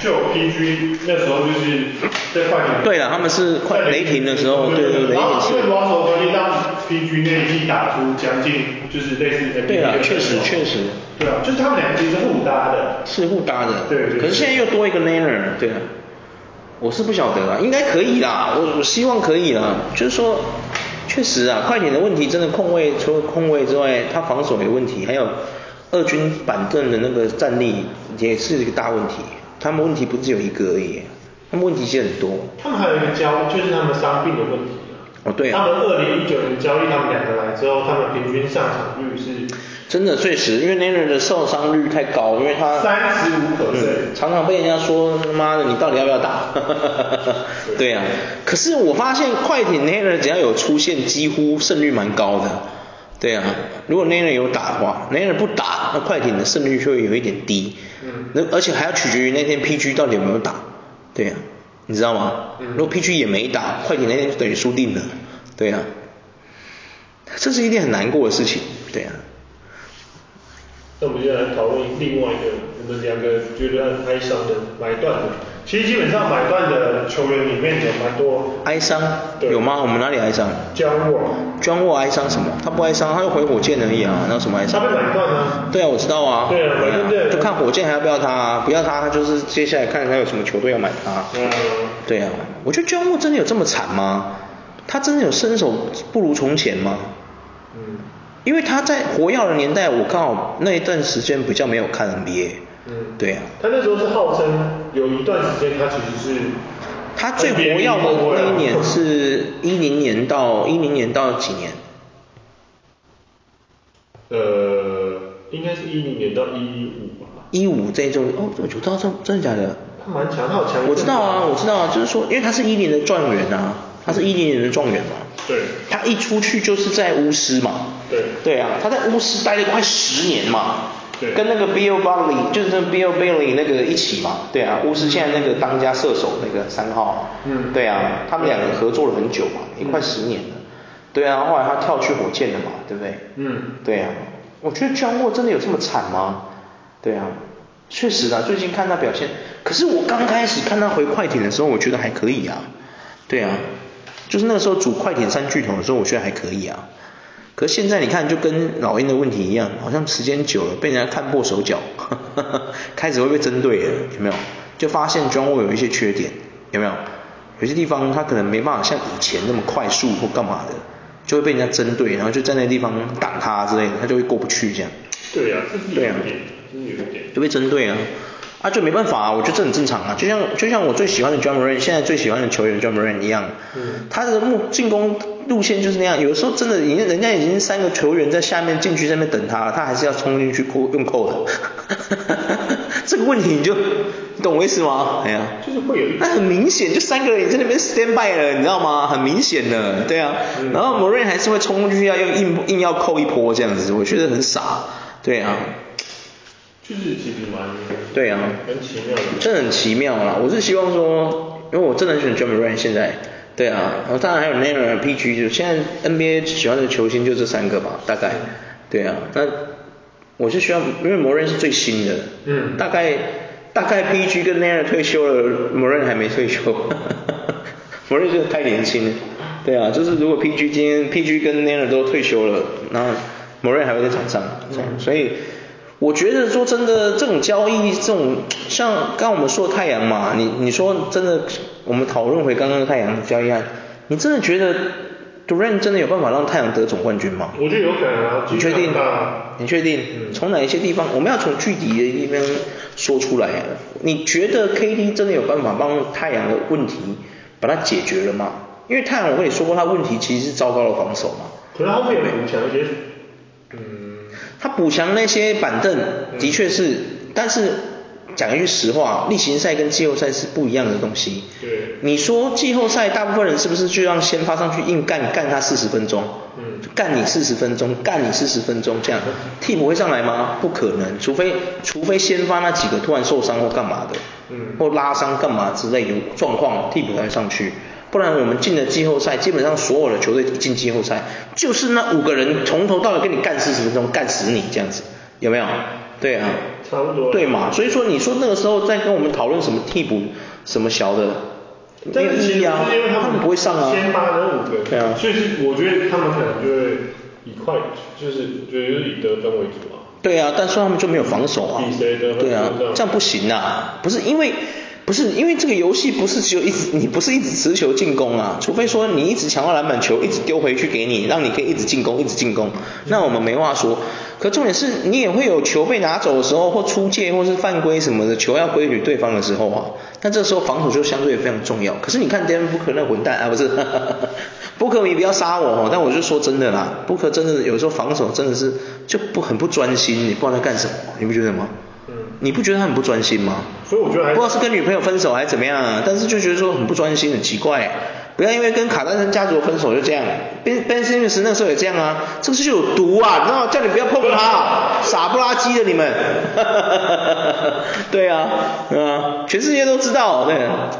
[SPEAKER 2] 就 PG 那时候就是在快艇，
[SPEAKER 1] 对了，他们是快雷霆的时候，对对对，
[SPEAKER 2] 然后
[SPEAKER 1] 也是
[SPEAKER 2] 因为。Russell 关系让 PG 那一季打出将近就是类似 NBA
[SPEAKER 1] 对啊
[SPEAKER 2] 的那种
[SPEAKER 1] 确实确实，
[SPEAKER 2] 对啊，就是他们两个其实是互搭的，
[SPEAKER 1] 是互搭的，
[SPEAKER 2] 对对对
[SPEAKER 1] 可是现在又多一个 Naner，对啊，我是不晓得啊，应该可以啦，我我希望可以啦。就是说，确实啊，快艇的问题真的控卫，除了控卫之外，他防守有问题，还有二军板凳的那个战力也是一个大问题。他们问题不是只有一个而已，他们问题其实很多。
[SPEAKER 2] 他们还有一个交，就是他们伤病的问题啊。
[SPEAKER 1] 哦对啊
[SPEAKER 2] 他们二零一九年交易他们两个来之后，他们平均上场率是
[SPEAKER 1] 真的确实，因为 Naner 的受伤率太高，因为他
[SPEAKER 2] 三十五可
[SPEAKER 1] 嗯，
[SPEAKER 2] 胜。
[SPEAKER 1] 常常被人家说他妈的你到底要不要打？对啊，可是我发现快艇 Naylor 只要有出现，几乎胜率蛮高的。对啊，如果 Naylor 有打的话，Naylor 不打，那快艇的胜率就会有一点低。
[SPEAKER 2] 嗯
[SPEAKER 1] 那而且还要取决于那天 PG 到底有没有打。对啊，你知道吗？
[SPEAKER 2] 嗯
[SPEAKER 1] 如果 PG 也没打，快艇那天就等于输定了。对啊，这是一件很难过的事情。对啊。
[SPEAKER 2] 那我们就来讨论另外一个，我们两个觉得很哀伤的买断的。其实基本上买断的球员里面有蛮多啊
[SPEAKER 1] 哀伤
[SPEAKER 2] 对
[SPEAKER 1] 有吗？我们哪里哀伤？
[SPEAKER 2] 交握，
[SPEAKER 1] 庄沃哀伤什么？他不哀伤，他就回火箭而已啊，那有什么哀
[SPEAKER 2] 他
[SPEAKER 1] 伤
[SPEAKER 2] 被？买断了。
[SPEAKER 1] 对啊，我知道啊。
[SPEAKER 2] 对啊反正对啊
[SPEAKER 1] 就看火箭还要不要他、啊，不要他，他就是接下来看他有什么球队要买他。
[SPEAKER 2] 嗯，
[SPEAKER 1] 对啊，我觉得庄沃真的有这么惨吗？他真的有身手不如从前吗？
[SPEAKER 2] 嗯，
[SPEAKER 1] 因为他在活跃的年代，我刚好那一段时间比较没有看 NBA。
[SPEAKER 2] 嗯
[SPEAKER 1] 对啊，
[SPEAKER 2] 他那时候是号称有一段时间他其实是
[SPEAKER 1] 他最活跃的那一年是一零年到一零年到几年？
[SPEAKER 2] 呃，应该是一零年到一五吧。
[SPEAKER 1] 一五这一种哦，我知道这真的假的？
[SPEAKER 2] 他蛮强，他有强。
[SPEAKER 1] 我知道啊，我知道啊，就是说，因为他是一零的状元啊，他是一零年的状元嘛，
[SPEAKER 2] 对
[SPEAKER 1] 他一出去就是在巫师嘛，
[SPEAKER 2] 对
[SPEAKER 1] 对啊，他在巫师待了快十年嘛，
[SPEAKER 2] 对
[SPEAKER 1] 跟那个 Bill Bailey 就是那个 Bill Bailey 那个一起嘛，对啊，巫师现在那个当家射手那个三号，
[SPEAKER 2] 嗯
[SPEAKER 1] 对啊，他们两个合作了很久嘛，也快十年了，对啊，后来他跳去火箭了嘛，对不对？
[SPEAKER 2] 嗯，
[SPEAKER 1] 对啊，我觉得江沃真的有这么惨吗？对啊，确实啊，最近看他表现，可是我刚开始看他回快艇的时候，我觉得还可以啊。对啊，就是那个时候组快艇三巨头的时候，我觉得还可以啊。可是现在你看，就跟老鹰的问题一样，好像时间久了被人家看破手脚， 开始会被针对了，有没有？就发现庄沃有一些缺点，有没有？有些地方他可能没办法像以前那么快速或干嘛的，就会被人家针对，然后就在那地方挡他之类的，他就会过不去这样，
[SPEAKER 2] 对啊，这是有
[SPEAKER 1] 对啊
[SPEAKER 2] 一点，真的有一点。
[SPEAKER 1] 就被针对啊。啊，就没办法啊，我觉得这很正常啊，就像就像我最喜欢的 j o h n m o r a n 现在最喜欢的球员 j o h n m o r a n 一样，
[SPEAKER 2] 嗯
[SPEAKER 1] 他的目进攻路线就是那样，有的时候真的已经人家已经三个球员在下面禁区那边等他了，他还是要冲进去扣用扣的， 这个问题你就你懂我意思吗？哎呀、
[SPEAKER 2] 就是会有一
[SPEAKER 1] 那很明显，就三个人已经在那边 stand by 了，你知道吗？很明显的，对啊。
[SPEAKER 2] 嗯
[SPEAKER 1] 然后 m o r a n 还是会冲过去要硬硬硬要扣一波这样子，我觉得很傻，对啊，
[SPEAKER 2] 就是其实蛮
[SPEAKER 1] 对啊
[SPEAKER 2] 蛮奇妙的。
[SPEAKER 1] 这很奇妙啦。我是希望说，因为我真的很喜欢 j o h n m o r a n 现在，对啊，然后当然还有 Naylor、PG，就现在 NBA 喜欢的球星就这三个吧，大概，对啊。那我是希望，因为 m o r a n 是最新的，
[SPEAKER 2] 嗯
[SPEAKER 1] 大概大概 PG 跟 Nair 退休了 m o r a n 还没退休 m o r a n 真的太年轻了。对啊，就是如果 PG 今天 PG 跟 Nair 都退休了，那 m o r a n 还会在场上，这样所以。我觉得说真的，这种交易，这种像刚刚我们说的太阳嘛，你你说真的，我们讨论回刚刚的太阳交易案，你真的觉得 Durant 真的有办法让太阳得总冠军吗？
[SPEAKER 2] 我觉得有可能啊，
[SPEAKER 1] 你确定
[SPEAKER 2] 啊？？
[SPEAKER 1] 你确定？从哪一些地方？我们要从具体的地方说出来。啊你觉得 KD 真的有办法帮太阳的问题把它解决了吗？因为太阳我跟你说过，他问题其实是糟糕的防守嘛。
[SPEAKER 2] 可能他会有补强一些，嗯，
[SPEAKER 1] 他补强那些板凳的确是，但是讲一句实话，例行赛跟季后赛是不一样的东西。
[SPEAKER 2] 对
[SPEAKER 1] 你说季后赛大部分人是不是就让先发上去硬干干他四十分钟？
[SPEAKER 2] 嗯
[SPEAKER 1] 就干你四十分钟，干你四十分钟这样，替补会上来吗？不可能，除非除非先发那几个突然受伤或干嘛的，
[SPEAKER 2] 嗯
[SPEAKER 1] 或拉伤干嘛之类有状况，替补才会上去。不然我们进了季后赛，基本上所有的球队一进季后
[SPEAKER 2] 嗯
[SPEAKER 1] 赛，就是那五个人从头到尾跟你干四十分钟，干死你这样子，有没有？对啊，
[SPEAKER 2] 差不多。
[SPEAKER 1] 对嘛？所以说你说那个时候在跟我们讨论什么替补什么小的，没
[SPEAKER 2] 但
[SPEAKER 1] 有
[SPEAKER 2] 是其
[SPEAKER 1] 意义
[SPEAKER 2] 实
[SPEAKER 1] 啊
[SPEAKER 2] 是因为，
[SPEAKER 1] 他
[SPEAKER 2] 们
[SPEAKER 1] 们不会上啊。
[SPEAKER 2] 先发那五个，
[SPEAKER 1] 对啊
[SPEAKER 2] 所以是我觉得他们可能就会以快，就是我觉得就是以得分为主啊。
[SPEAKER 1] 对啊，但是他们就没有防守啊
[SPEAKER 2] 比谁得。分
[SPEAKER 1] 对啊
[SPEAKER 2] 数这样，
[SPEAKER 1] 这样不行啊！不是因为，不是因为这个游戏不是只有一直，你不是一直持球进攻啊，除非说你一直抢到篮板球，一直丢回去给你，让你可以一直进攻，一直进攻，那我们没话说。可重点是你也会有球被拿走的时候，或出界，或是犯规什么的，球要归于对方的时候啊，那这时候防守就相对非常重要。可是你看 d e n Booker 那混蛋啊，不是， 布克，你不要杀我哦！但我就说真的啦，布克真的有时候防守真的是就不很不专心，你不知道在干什么，你不觉得吗？
[SPEAKER 2] 嗯，
[SPEAKER 1] 你不觉得他很不专心吗？
[SPEAKER 2] 所以我觉得还
[SPEAKER 1] 不
[SPEAKER 2] 是
[SPEAKER 1] 知道是跟女朋友分手还是怎么样啊，但是就觉得说很不专心，很奇怪。不要因为跟卡戴珊家族分手就这样，Ben Ben Simmons 那时候也这样啊，这个是有毒啊，你知道叫你不要碰他，傻不拉几的你们。 对啊，嗯、啊，全世界都知道，对、啊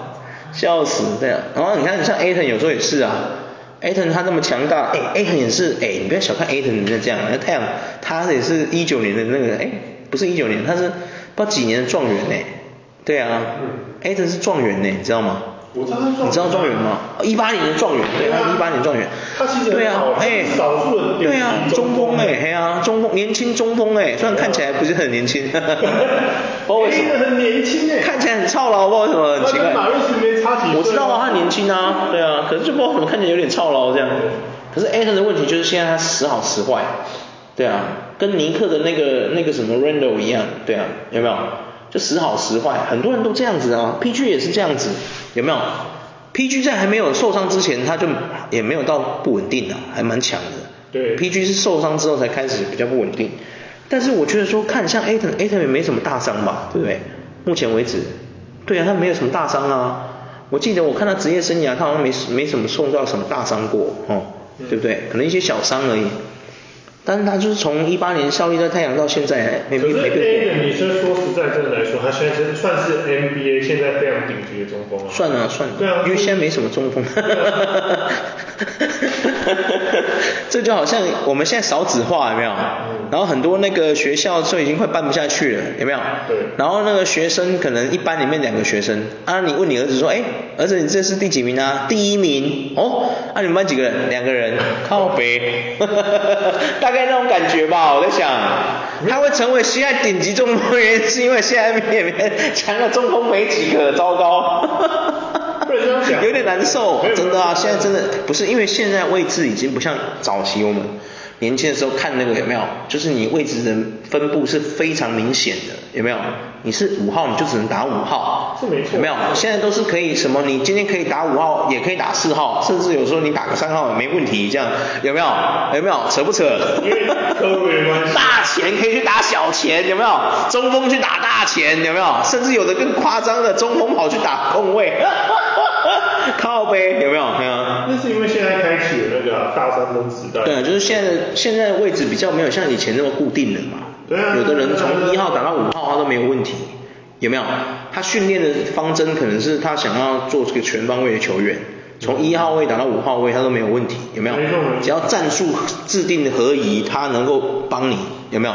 [SPEAKER 1] 笑死，对啊。然后你看像 Aton 有时候也是啊，Aton 他那么强大，哎，Aton 也是，哎，你不要小看 Aton 人家这样，那太阳他也是一九年的那个，哎，不是一九年，他是不知道几年的状元哎、对啊，Aton 是状元呢，你知道吗？
[SPEAKER 2] 我知道他是状元啊
[SPEAKER 1] 你知道状元吗？一八年的状元，对，他一八年状元。
[SPEAKER 2] 他其实很
[SPEAKER 1] 对啊
[SPEAKER 2] 好，啊
[SPEAKER 1] 哎，
[SPEAKER 2] 少数的典
[SPEAKER 1] 对啊，
[SPEAKER 2] 型
[SPEAKER 1] 中
[SPEAKER 2] 中锋
[SPEAKER 1] 锋哎，嘿啊，中锋年轻中锋哎，虽然看起来不是很 年轻，不知道为什么
[SPEAKER 2] A 的很年轻哎
[SPEAKER 1] 看起来很操劳，不知道为什么很奇怪。
[SPEAKER 2] 他跟马瑞斯没差几岁啊
[SPEAKER 1] 我知道啊，他年轻啊，对啊，可是就不知道怎么看起来有点操劳这样。可是 Aton 的问题就是现在他时好时坏，对啊，跟尼克的那个那个什么 Randall 一样，对啊，有没有？就时好时坏，很多人都这样子啊，PG 也是这样子，有没有？PG 在还没有受伤之前，他就也没有到不稳定啊，还蛮强的。
[SPEAKER 2] 对
[SPEAKER 1] PG 是受伤之后才开始比较不稳定，但是我觉得说看像 Aton，Aton 也没什么大伤吧，对不对？目前为止，对啊，他没有什么大伤啊。我记得我看他职业生涯，他好像没没什么受到什么大伤过哦，
[SPEAKER 2] 嗯
[SPEAKER 1] 对不对？可能一些小伤而已。但是他就是从一八年效力在太阳到现在，哎没
[SPEAKER 2] 可
[SPEAKER 1] 没
[SPEAKER 2] 是
[SPEAKER 1] 没
[SPEAKER 2] A
[SPEAKER 1] 变过
[SPEAKER 2] 的，女生说实在真的来说，她现在真算是 NBA 现在非常顶级的中锋啊。
[SPEAKER 1] 算了算了，
[SPEAKER 2] 对啊，
[SPEAKER 1] 因为现在没什么中锋。 这就好像我们现在少子化有没有？
[SPEAKER 2] 嗯
[SPEAKER 1] 然后很多那个学校就已经快办不下去了，有没有？
[SPEAKER 2] 对
[SPEAKER 1] 然后那个学生可能一班里面两个学生，啊，你问你儿子说，哎，儿子你这是第几名啊？第一名。哦，啊你们班几个人？两个人，靠北， 大概那种感觉吧。我在想，他会成为现在顶级中锋，原因是因为现在里面强的中锋没几个，糟糕。
[SPEAKER 2] 不能这样讲
[SPEAKER 1] 有点难受
[SPEAKER 2] 没有，
[SPEAKER 1] 真的
[SPEAKER 2] 没
[SPEAKER 1] 啊，
[SPEAKER 2] 有
[SPEAKER 1] 现在真的不是因为现在位置已经不像早期我们年轻的时候看那个有没有，就是你位置的分布是非常明显的，有没有？你是五号你就只能打五号，
[SPEAKER 2] 是没错
[SPEAKER 1] 有没有？现在都是可以什么，你今天可以打五号，也可以打四号，甚至有时候你打个三号也没问题，这样有没有？有没有？扯不扯？
[SPEAKER 2] 因为科威的 关系
[SPEAKER 1] 大钱可以去打小钱，有没有？中锋去打大钱，有没有？甚至有的更夸张的，中锋跑去打空位， 靠背，有没有？ 对啊，
[SPEAKER 2] 那是因为现在开启了那个大三分时代。
[SPEAKER 1] 对啊，就是现在的现在的位置比较没有像以前那么固定了嘛。
[SPEAKER 2] 对啊
[SPEAKER 1] 有的人
[SPEAKER 2] 对啊对
[SPEAKER 1] 从
[SPEAKER 2] 啊
[SPEAKER 1] 一号打到五号，他都没有问题，有没有？他训练的方针可能是他想要做这个全方位的球员，从一号位打到五号位，他都没有问题，有没有
[SPEAKER 2] 没错没？错
[SPEAKER 1] 只要战术制定合宜，他能够帮你，有没有？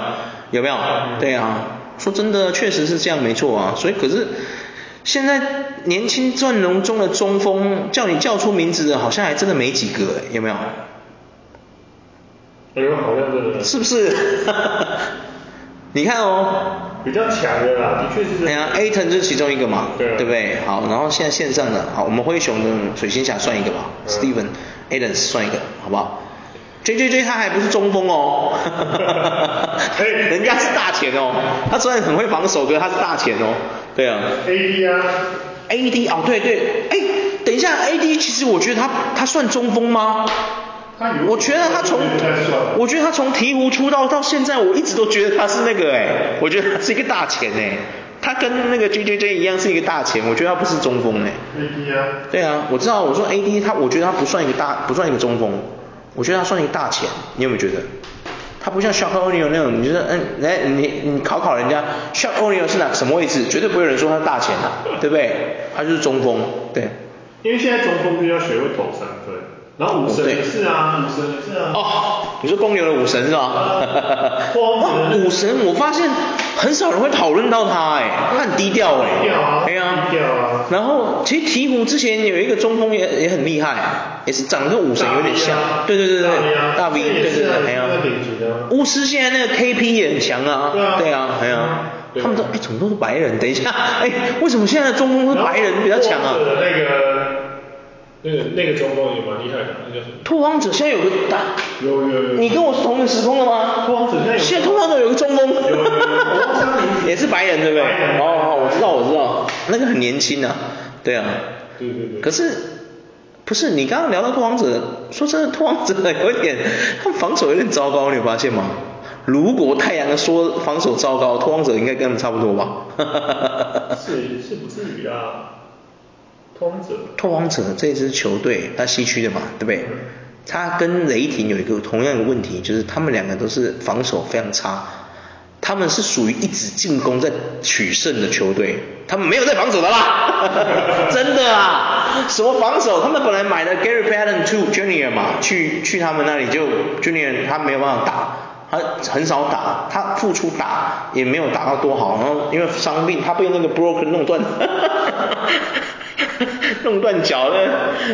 [SPEAKER 1] 有没有？对啊，说真的，确实是这样，没错啊。所以可是现在年轻阵容中的中锋，叫你叫出名字的，好像还真的没几个，有没有？
[SPEAKER 2] 哎呦，好像真的
[SPEAKER 1] 是不是？ 你看哦，
[SPEAKER 2] 比较强的啦，的确是。
[SPEAKER 1] 哎呀，Aton 就是其中一个嘛，
[SPEAKER 2] 对啊
[SPEAKER 1] 不对？好，然后现在线上的，好，我们灰熊的水星侠算一个吧、
[SPEAKER 2] 嗯
[SPEAKER 1] s t e v e n Adams 算一个，好不好？J J J 他还不是中锋 哦，
[SPEAKER 2] 哎
[SPEAKER 1] 人家是大前哦，他虽然很会防守，可是他是大前哦，对啊。
[SPEAKER 2] AD 啊，
[SPEAKER 1] AD 哦，对对，哎，等一下，AD 其实我觉得他他算中锋吗？
[SPEAKER 2] 他有
[SPEAKER 1] 我觉得他从
[SPEAKER 2] 有点在算，
[SPEAKER 1] 我觉得他从鹈鹕出道到现在，我一直都觉得他是那个哎、我觉得他是一个大前哎、他跟那个 J J J 一样是一个大前，我觉得他不是中锋哎、
[SPEAKER 2] AD 啊，
[SPEAKER 1] 对啊，我知道，我说 AD 他，我觉得他不算一个大，不算一个中锋，我觉得他算一个大前，你有没有觉得？他不像 Shaq O'Neal 那种，你就是嗯，来你你考考人家 Shaq O'Neal 是哪什么位置，绝对不会有人说他大啊前的、对不对？他就是中锋，对。
[SPEAKER 2] 因为现在中锋必须要学会投三分。然后武
[SPEAKER 1] 哦
[SPEAKER 2] 神
[SPEAKER 1] 对
[SPEAKER 2] 也是啊，武神也是啊。
[SPEAKER 1] 哦，你说公牛的武神是 吧
[SPEAKER 2] 啊？
[SPEAKER 1] 哇，武神我发现很少人会讨论到他哎，他很低调哎。
[SPEAKER 2] 低调啊
[SPEAKER 1] 对啊。
[SPEAKER 2] 低调啊
[SPEAKER 1] 然后其实鹈鹕之前有一个中锋也也很厉害，也是长得跟武神有点像
[SPEAKER 2] 大 V 啊。
[SPEAKER 1] 对对对对
[SPEAKER 2] 大 V 啊，
[SPEAKER 1] 大 V
[SPEAKER 2] 这
[SPEAKER 1] 对
[SPEAKER 2] 也
[SPEAKER 1] 对
[SPEAKER 2] 是啊
[SPEAKER 1] 对，哎呀
[SPEAKER 2] 也是在顶级的啊。
[SPEAKER 1] 巫师现在那个 KP 也很强啊。
[SPEAKER 2] 对啊
[SPEAKER 1] 对啊，哎呀
[SPEAKER 2] 对啊
[SPEAKER 1] 他们都哎怎么都是白人？等一下，哎为什么现在中锋
[SPEAKER 2] 然
[SPEAKER 1] 是
[SPEAKER 2] 后
[SPEAKER 1] 白人比较强啊？
[SPEAKER 2] 或者那个那个那个中锋也蛮厉害的，啊那叫什么？
[SPEAKER 1] 拓荒者现在有个打
[SPEAKER 2] 有有有。
[SPEAKER 1] 你跟我是同个时空的吗？
[SPEAKER 2] 拓荒者现在有
[SPEAKER 1] 现在拓荒者有个中锋，
[SPEAKER 2] 有有有我忘了名字
[SPEAKER 1] 也是白人对不对？
[SPEAKER 2] 白人
[SPEAKER 1] 哦哦，我知道我知道，那个很年轻啊，对啊。
[SPEAKER 2] 对对对
[SPEAKER 1] 可是不是你刚刚聊到拓荒者，说真的，拓荒者有一点，他们防守有点糟糕，你有发现吗？如果太阳说防守糟糕，拓荒者应该跟他们差不多吧？
[SPEAKER 2] 是是不至于啊，通者。
[SPEAKER 1] 拓荒者这支球队，它西区的嘛，对不对？它跟雷霆有一个同样的问题，就是他们两个都是防守非常差，他们是属于一直进攻在取胜的球队，他们没有在防守的啦， 真的啊！什么防守？他们本来买了 Gary Payton to Junior 嘛，去去他们那里就 Junior 他没有办法打，他很少打，他付出打也没有打到多好，然后因为伤病，他被那个 Broken 弄断。 弄断脚呢，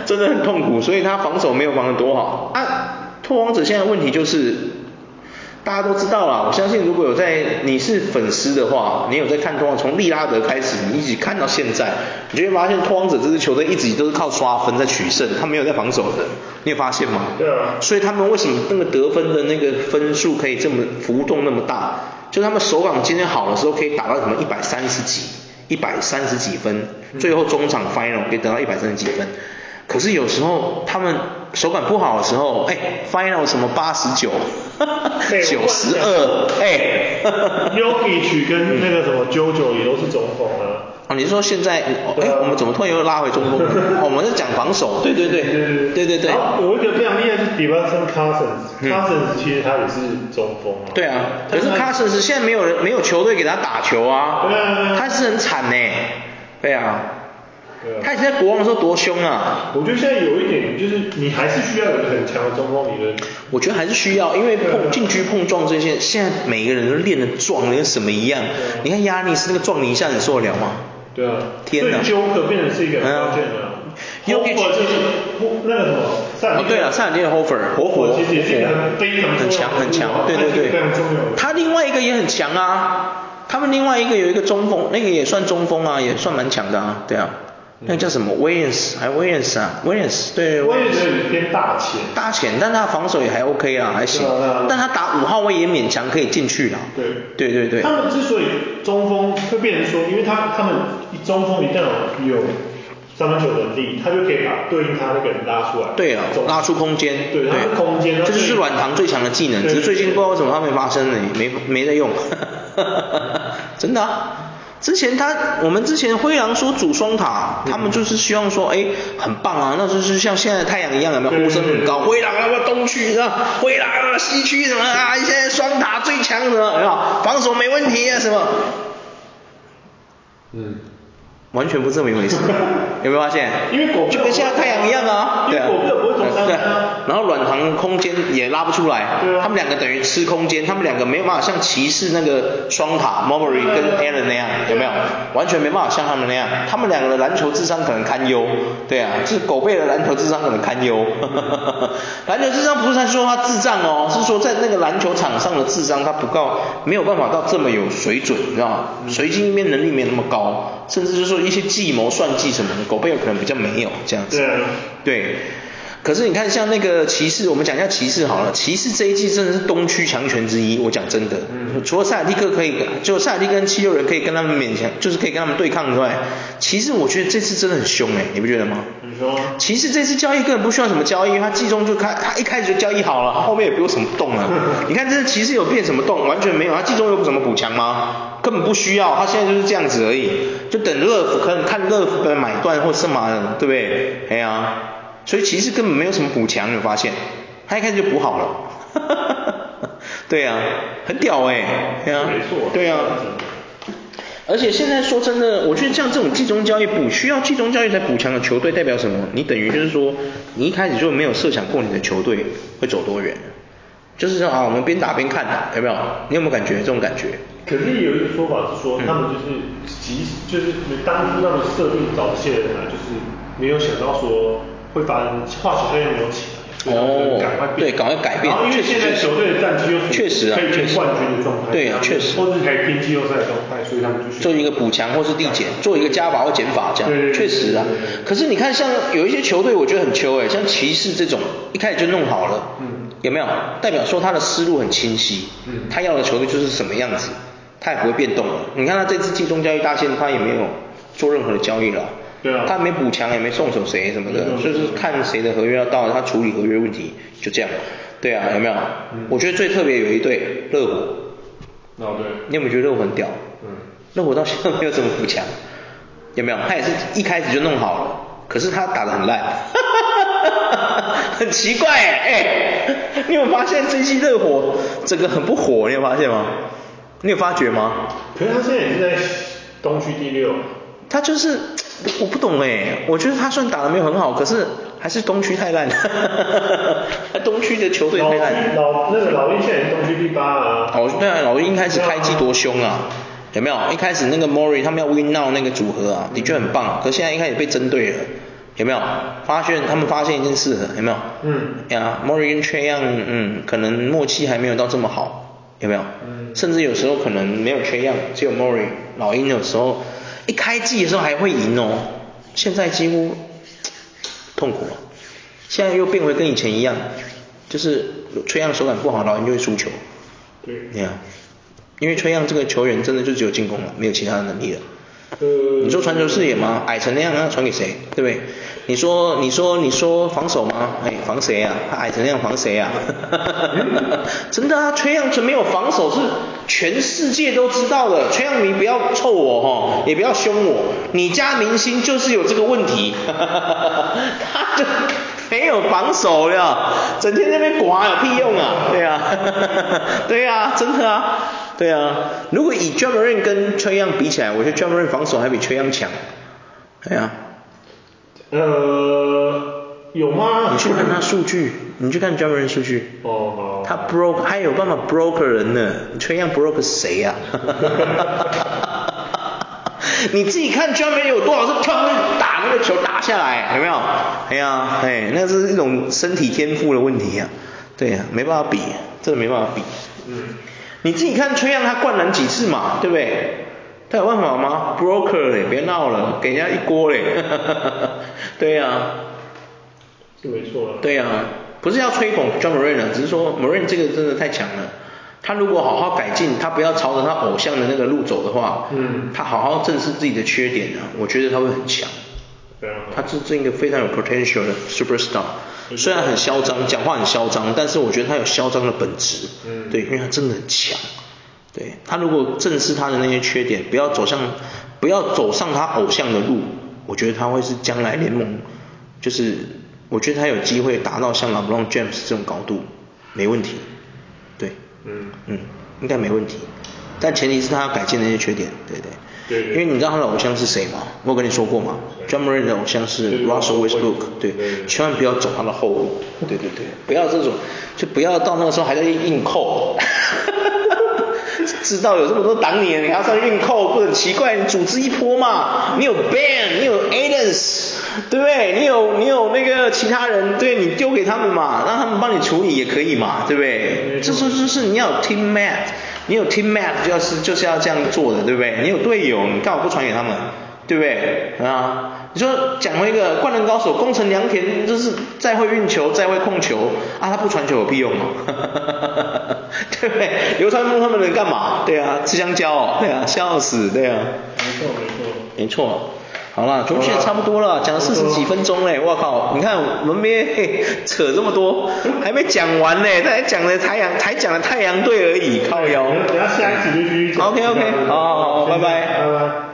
[SPEAKER 1] 真的很痛苦，所以他防守没有防得多好。啊，拓王者现在问题就是，大家都知道啦，我相信如果有在你是粉丝的话，你有在看拓王，从利拉德开始，你一直看到现在，你就会发现拓王者这支球队一直都是靠刷分在取胜，他没有在防守的，你有发现吗？
[SPEAKER 2] 对啊
[SPEAKER 1] 所以他们为什么那个得分的那个分数可以这么浮动那么大？就是他们手感今天好的时候可以打到什么一百三十几、一百三十几分，最后中场 final 可以得到一百三十几分。可是有时候他们手感不好的时候，哎，final 什么八十九、 九十二，哎，
[SPEAKER 2] Yogi 跟那个什么 JoJo 也都是中锋啊。
[SPEAKER 1] 哦，你是说现在，哦哎、
[SPEAKER 2] 对啊
[SPEAKER 1] 我们怎么突然又拉回中锋了？哦，我们在讲防守，对对对，对对对
[SPEAKER 2] 然，后有一个非常厉害是 d e v a n Cousins，Cousins、
[SPEAKER 1] 嗯
[SPEAKER 2] Cousins 其实他也是中锋啊。
[SPEAKER 1] 对啊，可是
[SPEAKER 2] 但
[SPEAKER 1] Cousins 现在没有人没有球队给他打球啊，
[SPEAKER 2] 对啊对啊
[SPEAKER 1] 他是很惨呢，对啊，
[SPEAKER 2] 对啊
[SPEAKER 1] 他以前在国王的时候多凶啊，
[SPEAKER 2] 我觉得现在有一点就是你还是需要有很强的中锋，你的
[SPEAKER 1] 我觉得还是需要，因为
[SPEAKER 2] 对啊对
[SPEAKER 1] 碰
[SPEAKER 2] 啊
[SPEAKER 1] 禁区碰撞这些，现在每个人都练的壮的跟什么一样
[SPEAKER 2] 对啊，
[SPEAKER 1] 你看亚尼斯那个撞你一下，你受得了吗？
[SPEAKER 2] 对啊，
[SPEAKER 1] 天哪
[SPEAKER 2] 所以 Joker 变成是一个很关键的啊。
[SPEAKER 1] 嗯
[SPEAKER 2] Hofer
[SPEAKER 1] Jokic
[SPEAKER 2] 就是那个什么，塞尔
[SPEAKER 1] 哦，对了，塞尔蒂的 Hofer 活佛，
[SPEAKER 2] 其实也是一个很非常
[SPEAKER 1] 很
[SPEAKER 2] 重
[SPEAKER 1] 强
[SPEAKER 2] 要的
[SPEAKER 1] 很强
[SPEAKER 2] 人物啊，
[SPEAKER 1] 对对
[SPEAKER 2] 他是一
[SPEAKER 1] 对
[SPEAKER 2] 个非常重要的人，
[SPEAKER 1] 他另外一个也很强啊，他们另外一个有一个中锋，那个也算中锋啊，也算蛮强的啊，对啊，
[SPEAKER 2] 嗯
[SPEAKER 1] 那个叫什么 Williams 还 Williams 啊，Williams 对
[SPEAKER 2] 我也
[SPEAKER 1] Williams
[SPEAKER 2] 觉得你偏大前。
[SPEAKER 1] 大前，但他防守也还 OK 啦，还行
[SPEAKER 2] 对啊对啊，
[SPEAKER 1] 但他打五号位也勉强可以进去啦，啊
[SPEAKER 2] 对
[SPEAKER 1] 对对对
[SPEAKER 2] 他，们之所以中锋会变成说，因为他他们一中锋一旦有有三分球能力，他就可以把对应他那个人拉出来。
[SPEAKER 1] 对啊
[SPEAKER 2] 中，锋
[SPEAKER 1] 拉出空间，
[SPEAKER 2] 对，他是空间。
[SPEAKER 1] 这就是软糖最强的技能，只是最近不知道为什么他没发生呢，没没在用， 真的、啊。之前他，我们之前灰狼说组双塔，
[SPEAKER 2] 嗯
[SPEAKER 1] 他们就是希望说，哎，很棒啊，那就是像现在太阳一样，有没有
[SPEAKER 2] 对
[SPEAKER 1] 呼声很高？
[SPEAKER 2] 对对
[SPEAKER 1] 灰狼要不要东区啊？灰狼啊，西区什么啊？现在双塔最强什么？有没有防守没问题啊？什么？
[SPEAKER 2] 嗯，
[SPEAKER 1] 完全不是这么一回事， 有没有发现？
[SPEAKER 2] 因为果
[SPEAKER 1] 就跟现在太阳一样啊，
[SPEAKER 2] 因为
[SPEAKER 1] 对啊
[SPEAKER 2] 果贝尔不会从三分啊
[SPEAKER 1] 对然后软糖空间也拉不出来，
[SPEAKER 2] 对啊
[SPEAKER 1] 他们两个等于吃空间，他们两个没有办法像骑士那个双塔 m o r r y 跟
[SPEAKER 2] 啊
[SPEAKER 1] Allen 那样，有没有？完全没办法像他们那样，他们两个的篮球智商可能堪忧，对啊，就是狗贝的篮球智商可能堪忧。 篮球智商不是说他智障哦，是说在那个篮球场上的智商他不够，没有办法到这么有水准，你知道吗？随机应变能力没有那么高，甚至就是说一些计谋算计什么的，狗贝有可能比较没有这样子。
[SPEAKER 2] 对啊
[SPEAKER 1] 对，可是你看，像那个骑士，我们讲一下骑士好了。骑士这一季真的是东区强权之一，我讲真的。
[SPEAKER 2] 嗯
[SPEAKER 1] 除了塞尔蒂克可以，就塞尔蒂克跟七六人可以跟他们勉强，就是可以跟他们对抗之外，骑士我觉得这次真的很凶哎、你不觉得吗？
[SPEAKER 2] 你说吗
[SPEAKER 1] 骑士这次交易根本不需要什么交易，他季中就开，他一开始就交易好了，后面也不用什么动了。你看这骑士有变什么动？完全没有，他季中有怎么补强吗？根本不需要，他现在就是这样子而已，就等乐福看看乐福的买断或是马人，对不对？哎呀、所以骑士根本没有什么补强，有发现？他一开始就补好 啊了，对呀、很屌哎、对呀、
[SPEAKER 2] 没错
[SPEAKER 1] 对呀、
[SPEAKER 2] 是
[SPEAKER 1] 而且现在说真的，我觉得像这种集中交易补需要集中交易才补强的球队，代表什么？你等于就是说，你一开始就没有设想过你的球队会走多远，就是说啊，我们边打边看啊，有没有？你有没有感觉这种感觉？
[SPEAKER 2] 可是有一个说法是说，他们就是即就是当初他们设定找这些人来，啊就是没有想到说会发生化学效应没有起来，所以他们就赶快变
[SPEAKER 1] 哦对，赶快改变。
[SPEAKER 2] 然后因为现在球队的战绩又处于
[SPEAKER 1] 确实啊
[SPEAKER 2] 可以
[SPEAKER 1] 确
[SPEAKER 2] 拼
[SPEAKER 1] 实
[SPEAKER 2] 冠军的状态，
[SPEAKER 1] 对啊
[SPEAKER 2] 然后
[SPEAKER 1] 确实
[SPEAKER 2] 或者可以拼季后赛的状态，所以他们就选
[SPEAKER 1] 做一个补强或是递减，做一个加法或减法这
[SPEAKER 2] 对对
[SPEAKER 1] 样，
[SPEAKER 2] 对
[SPEAKER 1] 确实啊
[SPEAKER 2] 对对对。
[SPEAKER 1] 可是你看，像有一些球队，我觉得很秋哎、像骑士这种，一开始就弄好了，
[SPEAKER 2] 嗯
[SPEAKER 1] 有没有？代表说他的思路很清晰，
[SPEAKER 2] 嗯
[SPEAKER 1] 他要的球队就是什么样子，他也不会变动了。你看他这次季中交易大限，他也没有做任何的交易了，
[SPEAKER 2] 对啊
[SPEAKER 1] 他没补强，也没送走谁什么的，
[SPEAKER 2] 没
[SPEAKER 1] 就
[SPEAKER 2] 错
[SPEAKER 1] 是看谁的合约要到，他处理合约问题，就这样。对啊，有没有？
[SPEAKER 2] 嗯
[SPEAKER 1] 我觉得最特别有一队热火，
[SPEAKER 2] 哦对，
[SPEAKER 1] 你有没有觉得热火很屌？
[SPEAKER 2] 嗯
[SPEAKER 1] 热火到现在没有怎么补强，有没有？他也是一开始就弄好了，可是他打得很烂， 很奇怪哎、哎你有没有发现这季热火整个很不火？你有发现吗？你有发觉吗？
[SPEAKER 2] 可是他现在也是在东区第六，
[SPEAKER 1] 他就是我不懂哎、我觉得他虽然打得没有很好，可是还是东区太烂， 东区的球队
[SPEAKER 2] 老
[SPEAKER 1] 太烂。
[SPEAKER 2] 老那个老鹰现在也是东区第八啊，
[SPEAKER 1] 哦，对啊，老鹰一开始开机多凶啊，有没有？一开始那个 Mori 他们要 Win Now 那个组合啊，的确很棒，可现在一开始被针对了，有没有？发现他们发现一件事了，有没有？
[SPEAKER 2] 嗯
[SPEAKER 1] 呀，Mori 跟 Trey Young，嗯，可能默契还没有到这么好，有没有？
[SPEAKER 2] 嗯
[SPEAKER 1] 甚至有时候可能没有 Trey Young，只有 Mori，老鹰有时候一开季的时候还会赢哦，现在几乎痛苦了，现在又变回跟以前一样，就是崔样手感不好，老鹰就会输球。
[SPEAKER 2] 对，
[SPEAKER 1] 对啊，因为崔样这个球员真的就只有进攻了，没有其他的能力了。
[SPEAKER 2] 呃，
[SPEAKER 1] 你说传球视野吗？矮成那样，啊那传给谁？对不对？你说你说你说防守吗？哎，防谁啊？他矮成那样防谁啊？ 真的啊，崔样纯没有防守是全世界都知道的。崔样你不要臭我哈、也不要凶我，你家明星就是有这个问题， 他就。没有防守了，整天在那边刮有屁用啊！对啊， 对啊，真的啊，对啊。如果以 j a m a r i n 跟崔样比起来，我觉得 j a m a r i n 防守还比崔样强。哎呀、
[SPEAKER 2] 呃有吗？
[SPEAKER 1] 你去看他数据，你去看 j a m a r i n 数据，
[SPEAKER 2] 哦好，
[SPEAKER 1] 他 broke 还有办法 broker 人呢，崔样 broke 谁呀、 你自己看专门有多少是跳上去打那个球打下来，有没有？哎呀，哎，那是一种身体天赋的问题啊，对呀、没办法比，真的没办法比。
[SPEAKER 2] 嗯。
[SPEAKER 1] 你自己看崔样他灌篮几次嘛，对不对？他有办法吗？Broker 嘞，别闹了，给人家一锅嘞。 对呀、
[SPEAKER 2] 是没错啊了。
[SPEAKER 1] 对呀、不是要吹捧 John Moran 啊，只是说 Moran 这个真的太强了。他如果好好改进，他不要朝着他偶像的那个路走的话，
[SPEAKER 2] 嗯
[SPEAKER 1] 他好好正视自己的缺点呢、我觉得他会很强。
[SPEAKER 2] 非常
[SPEAKER 1] 他
[SPEAKER 2] 好。
[SPEAKER 1] 是一个非常有 potential 的 superstar，
[SPEAKER 2] 嗯
[SPEAKER 1] 虽然很嚣张，讲话很嚣张，但是我觉得他有嚣张的本质。
[SPEAKER 2] 嗯
[SPEAKER 1] 对，因为他真的很强。对他如果正视他的那些缺点，不要走向，不要走上他偶像的路，我觉得他会是将来联
[SPEAKER 2] 嗯
[SPEAKER 1] 盟，就是我觉得他有机会达到像 LeBron James 这种高度，没问题。对，
[SPEAKER 2] 嗯
[SPEAKER 1] 嗯，应该没问题。但前提是他要改进那些缺点，对对。
[SPEAKER 2] 对对
[SPEAKER 1] 因为你知道他的偶像是谁吗？我有跟你说过嘛，John Moran 的偶像
[SPEAKER 2] 对
[SPEAKER 1] 是
[SPEAKER 2] 对
[SPEAKER 1] Russell
[SPEAKER 2] Westbrook，
[SPEAKER 1] Westbrook，对
[SPEAKER 2] 对对，
[SPEAKER 1] 千万不要走他的后路。对对对，不要这种，就不要到那个时候还在硬扣。 知道有这么多挡你的，你还要上去硬扣，不是很奇怪？你组织一波嘛，你有 Ban，你有 Adams，对不对？你有你有那个其他人，对你丢给他们嘛，让他们帮你处理也可以嘛，对不对？
[SPEAKER 2] 没
[SPEAKER 1] 这
[SPEAKER 2] 错
[SPEAKER 1] 就是就是你要有 team mate，你有 team mate 就是就是要这样做的，对不对？你有队友，你干嘛不传给他们？对不对？啊，你说讲回一个灌篮高手，宫城良田就是再会运球，再会控球啊，他不传球有屁用吗？对不对？流川枫他们能干嘛？对啊，吃香蕉哦，对啊，笑死，对啊，
[SPEAKER 2] 没错没错。
[SPEAKER 1] 没错。好啦，中线差不多了，讲了四十几分钟嘞，我靠！你看我们别嘿扯这么多，还没讲完呢，才讲了太阳，才讲了太阳队而已，靠腰。
[SPEAKER 2] 等一下下一集就继续讲
[SPEAKER 1] OK OK，好好好，拜拜，
[SPEAKER 2] 拜拜。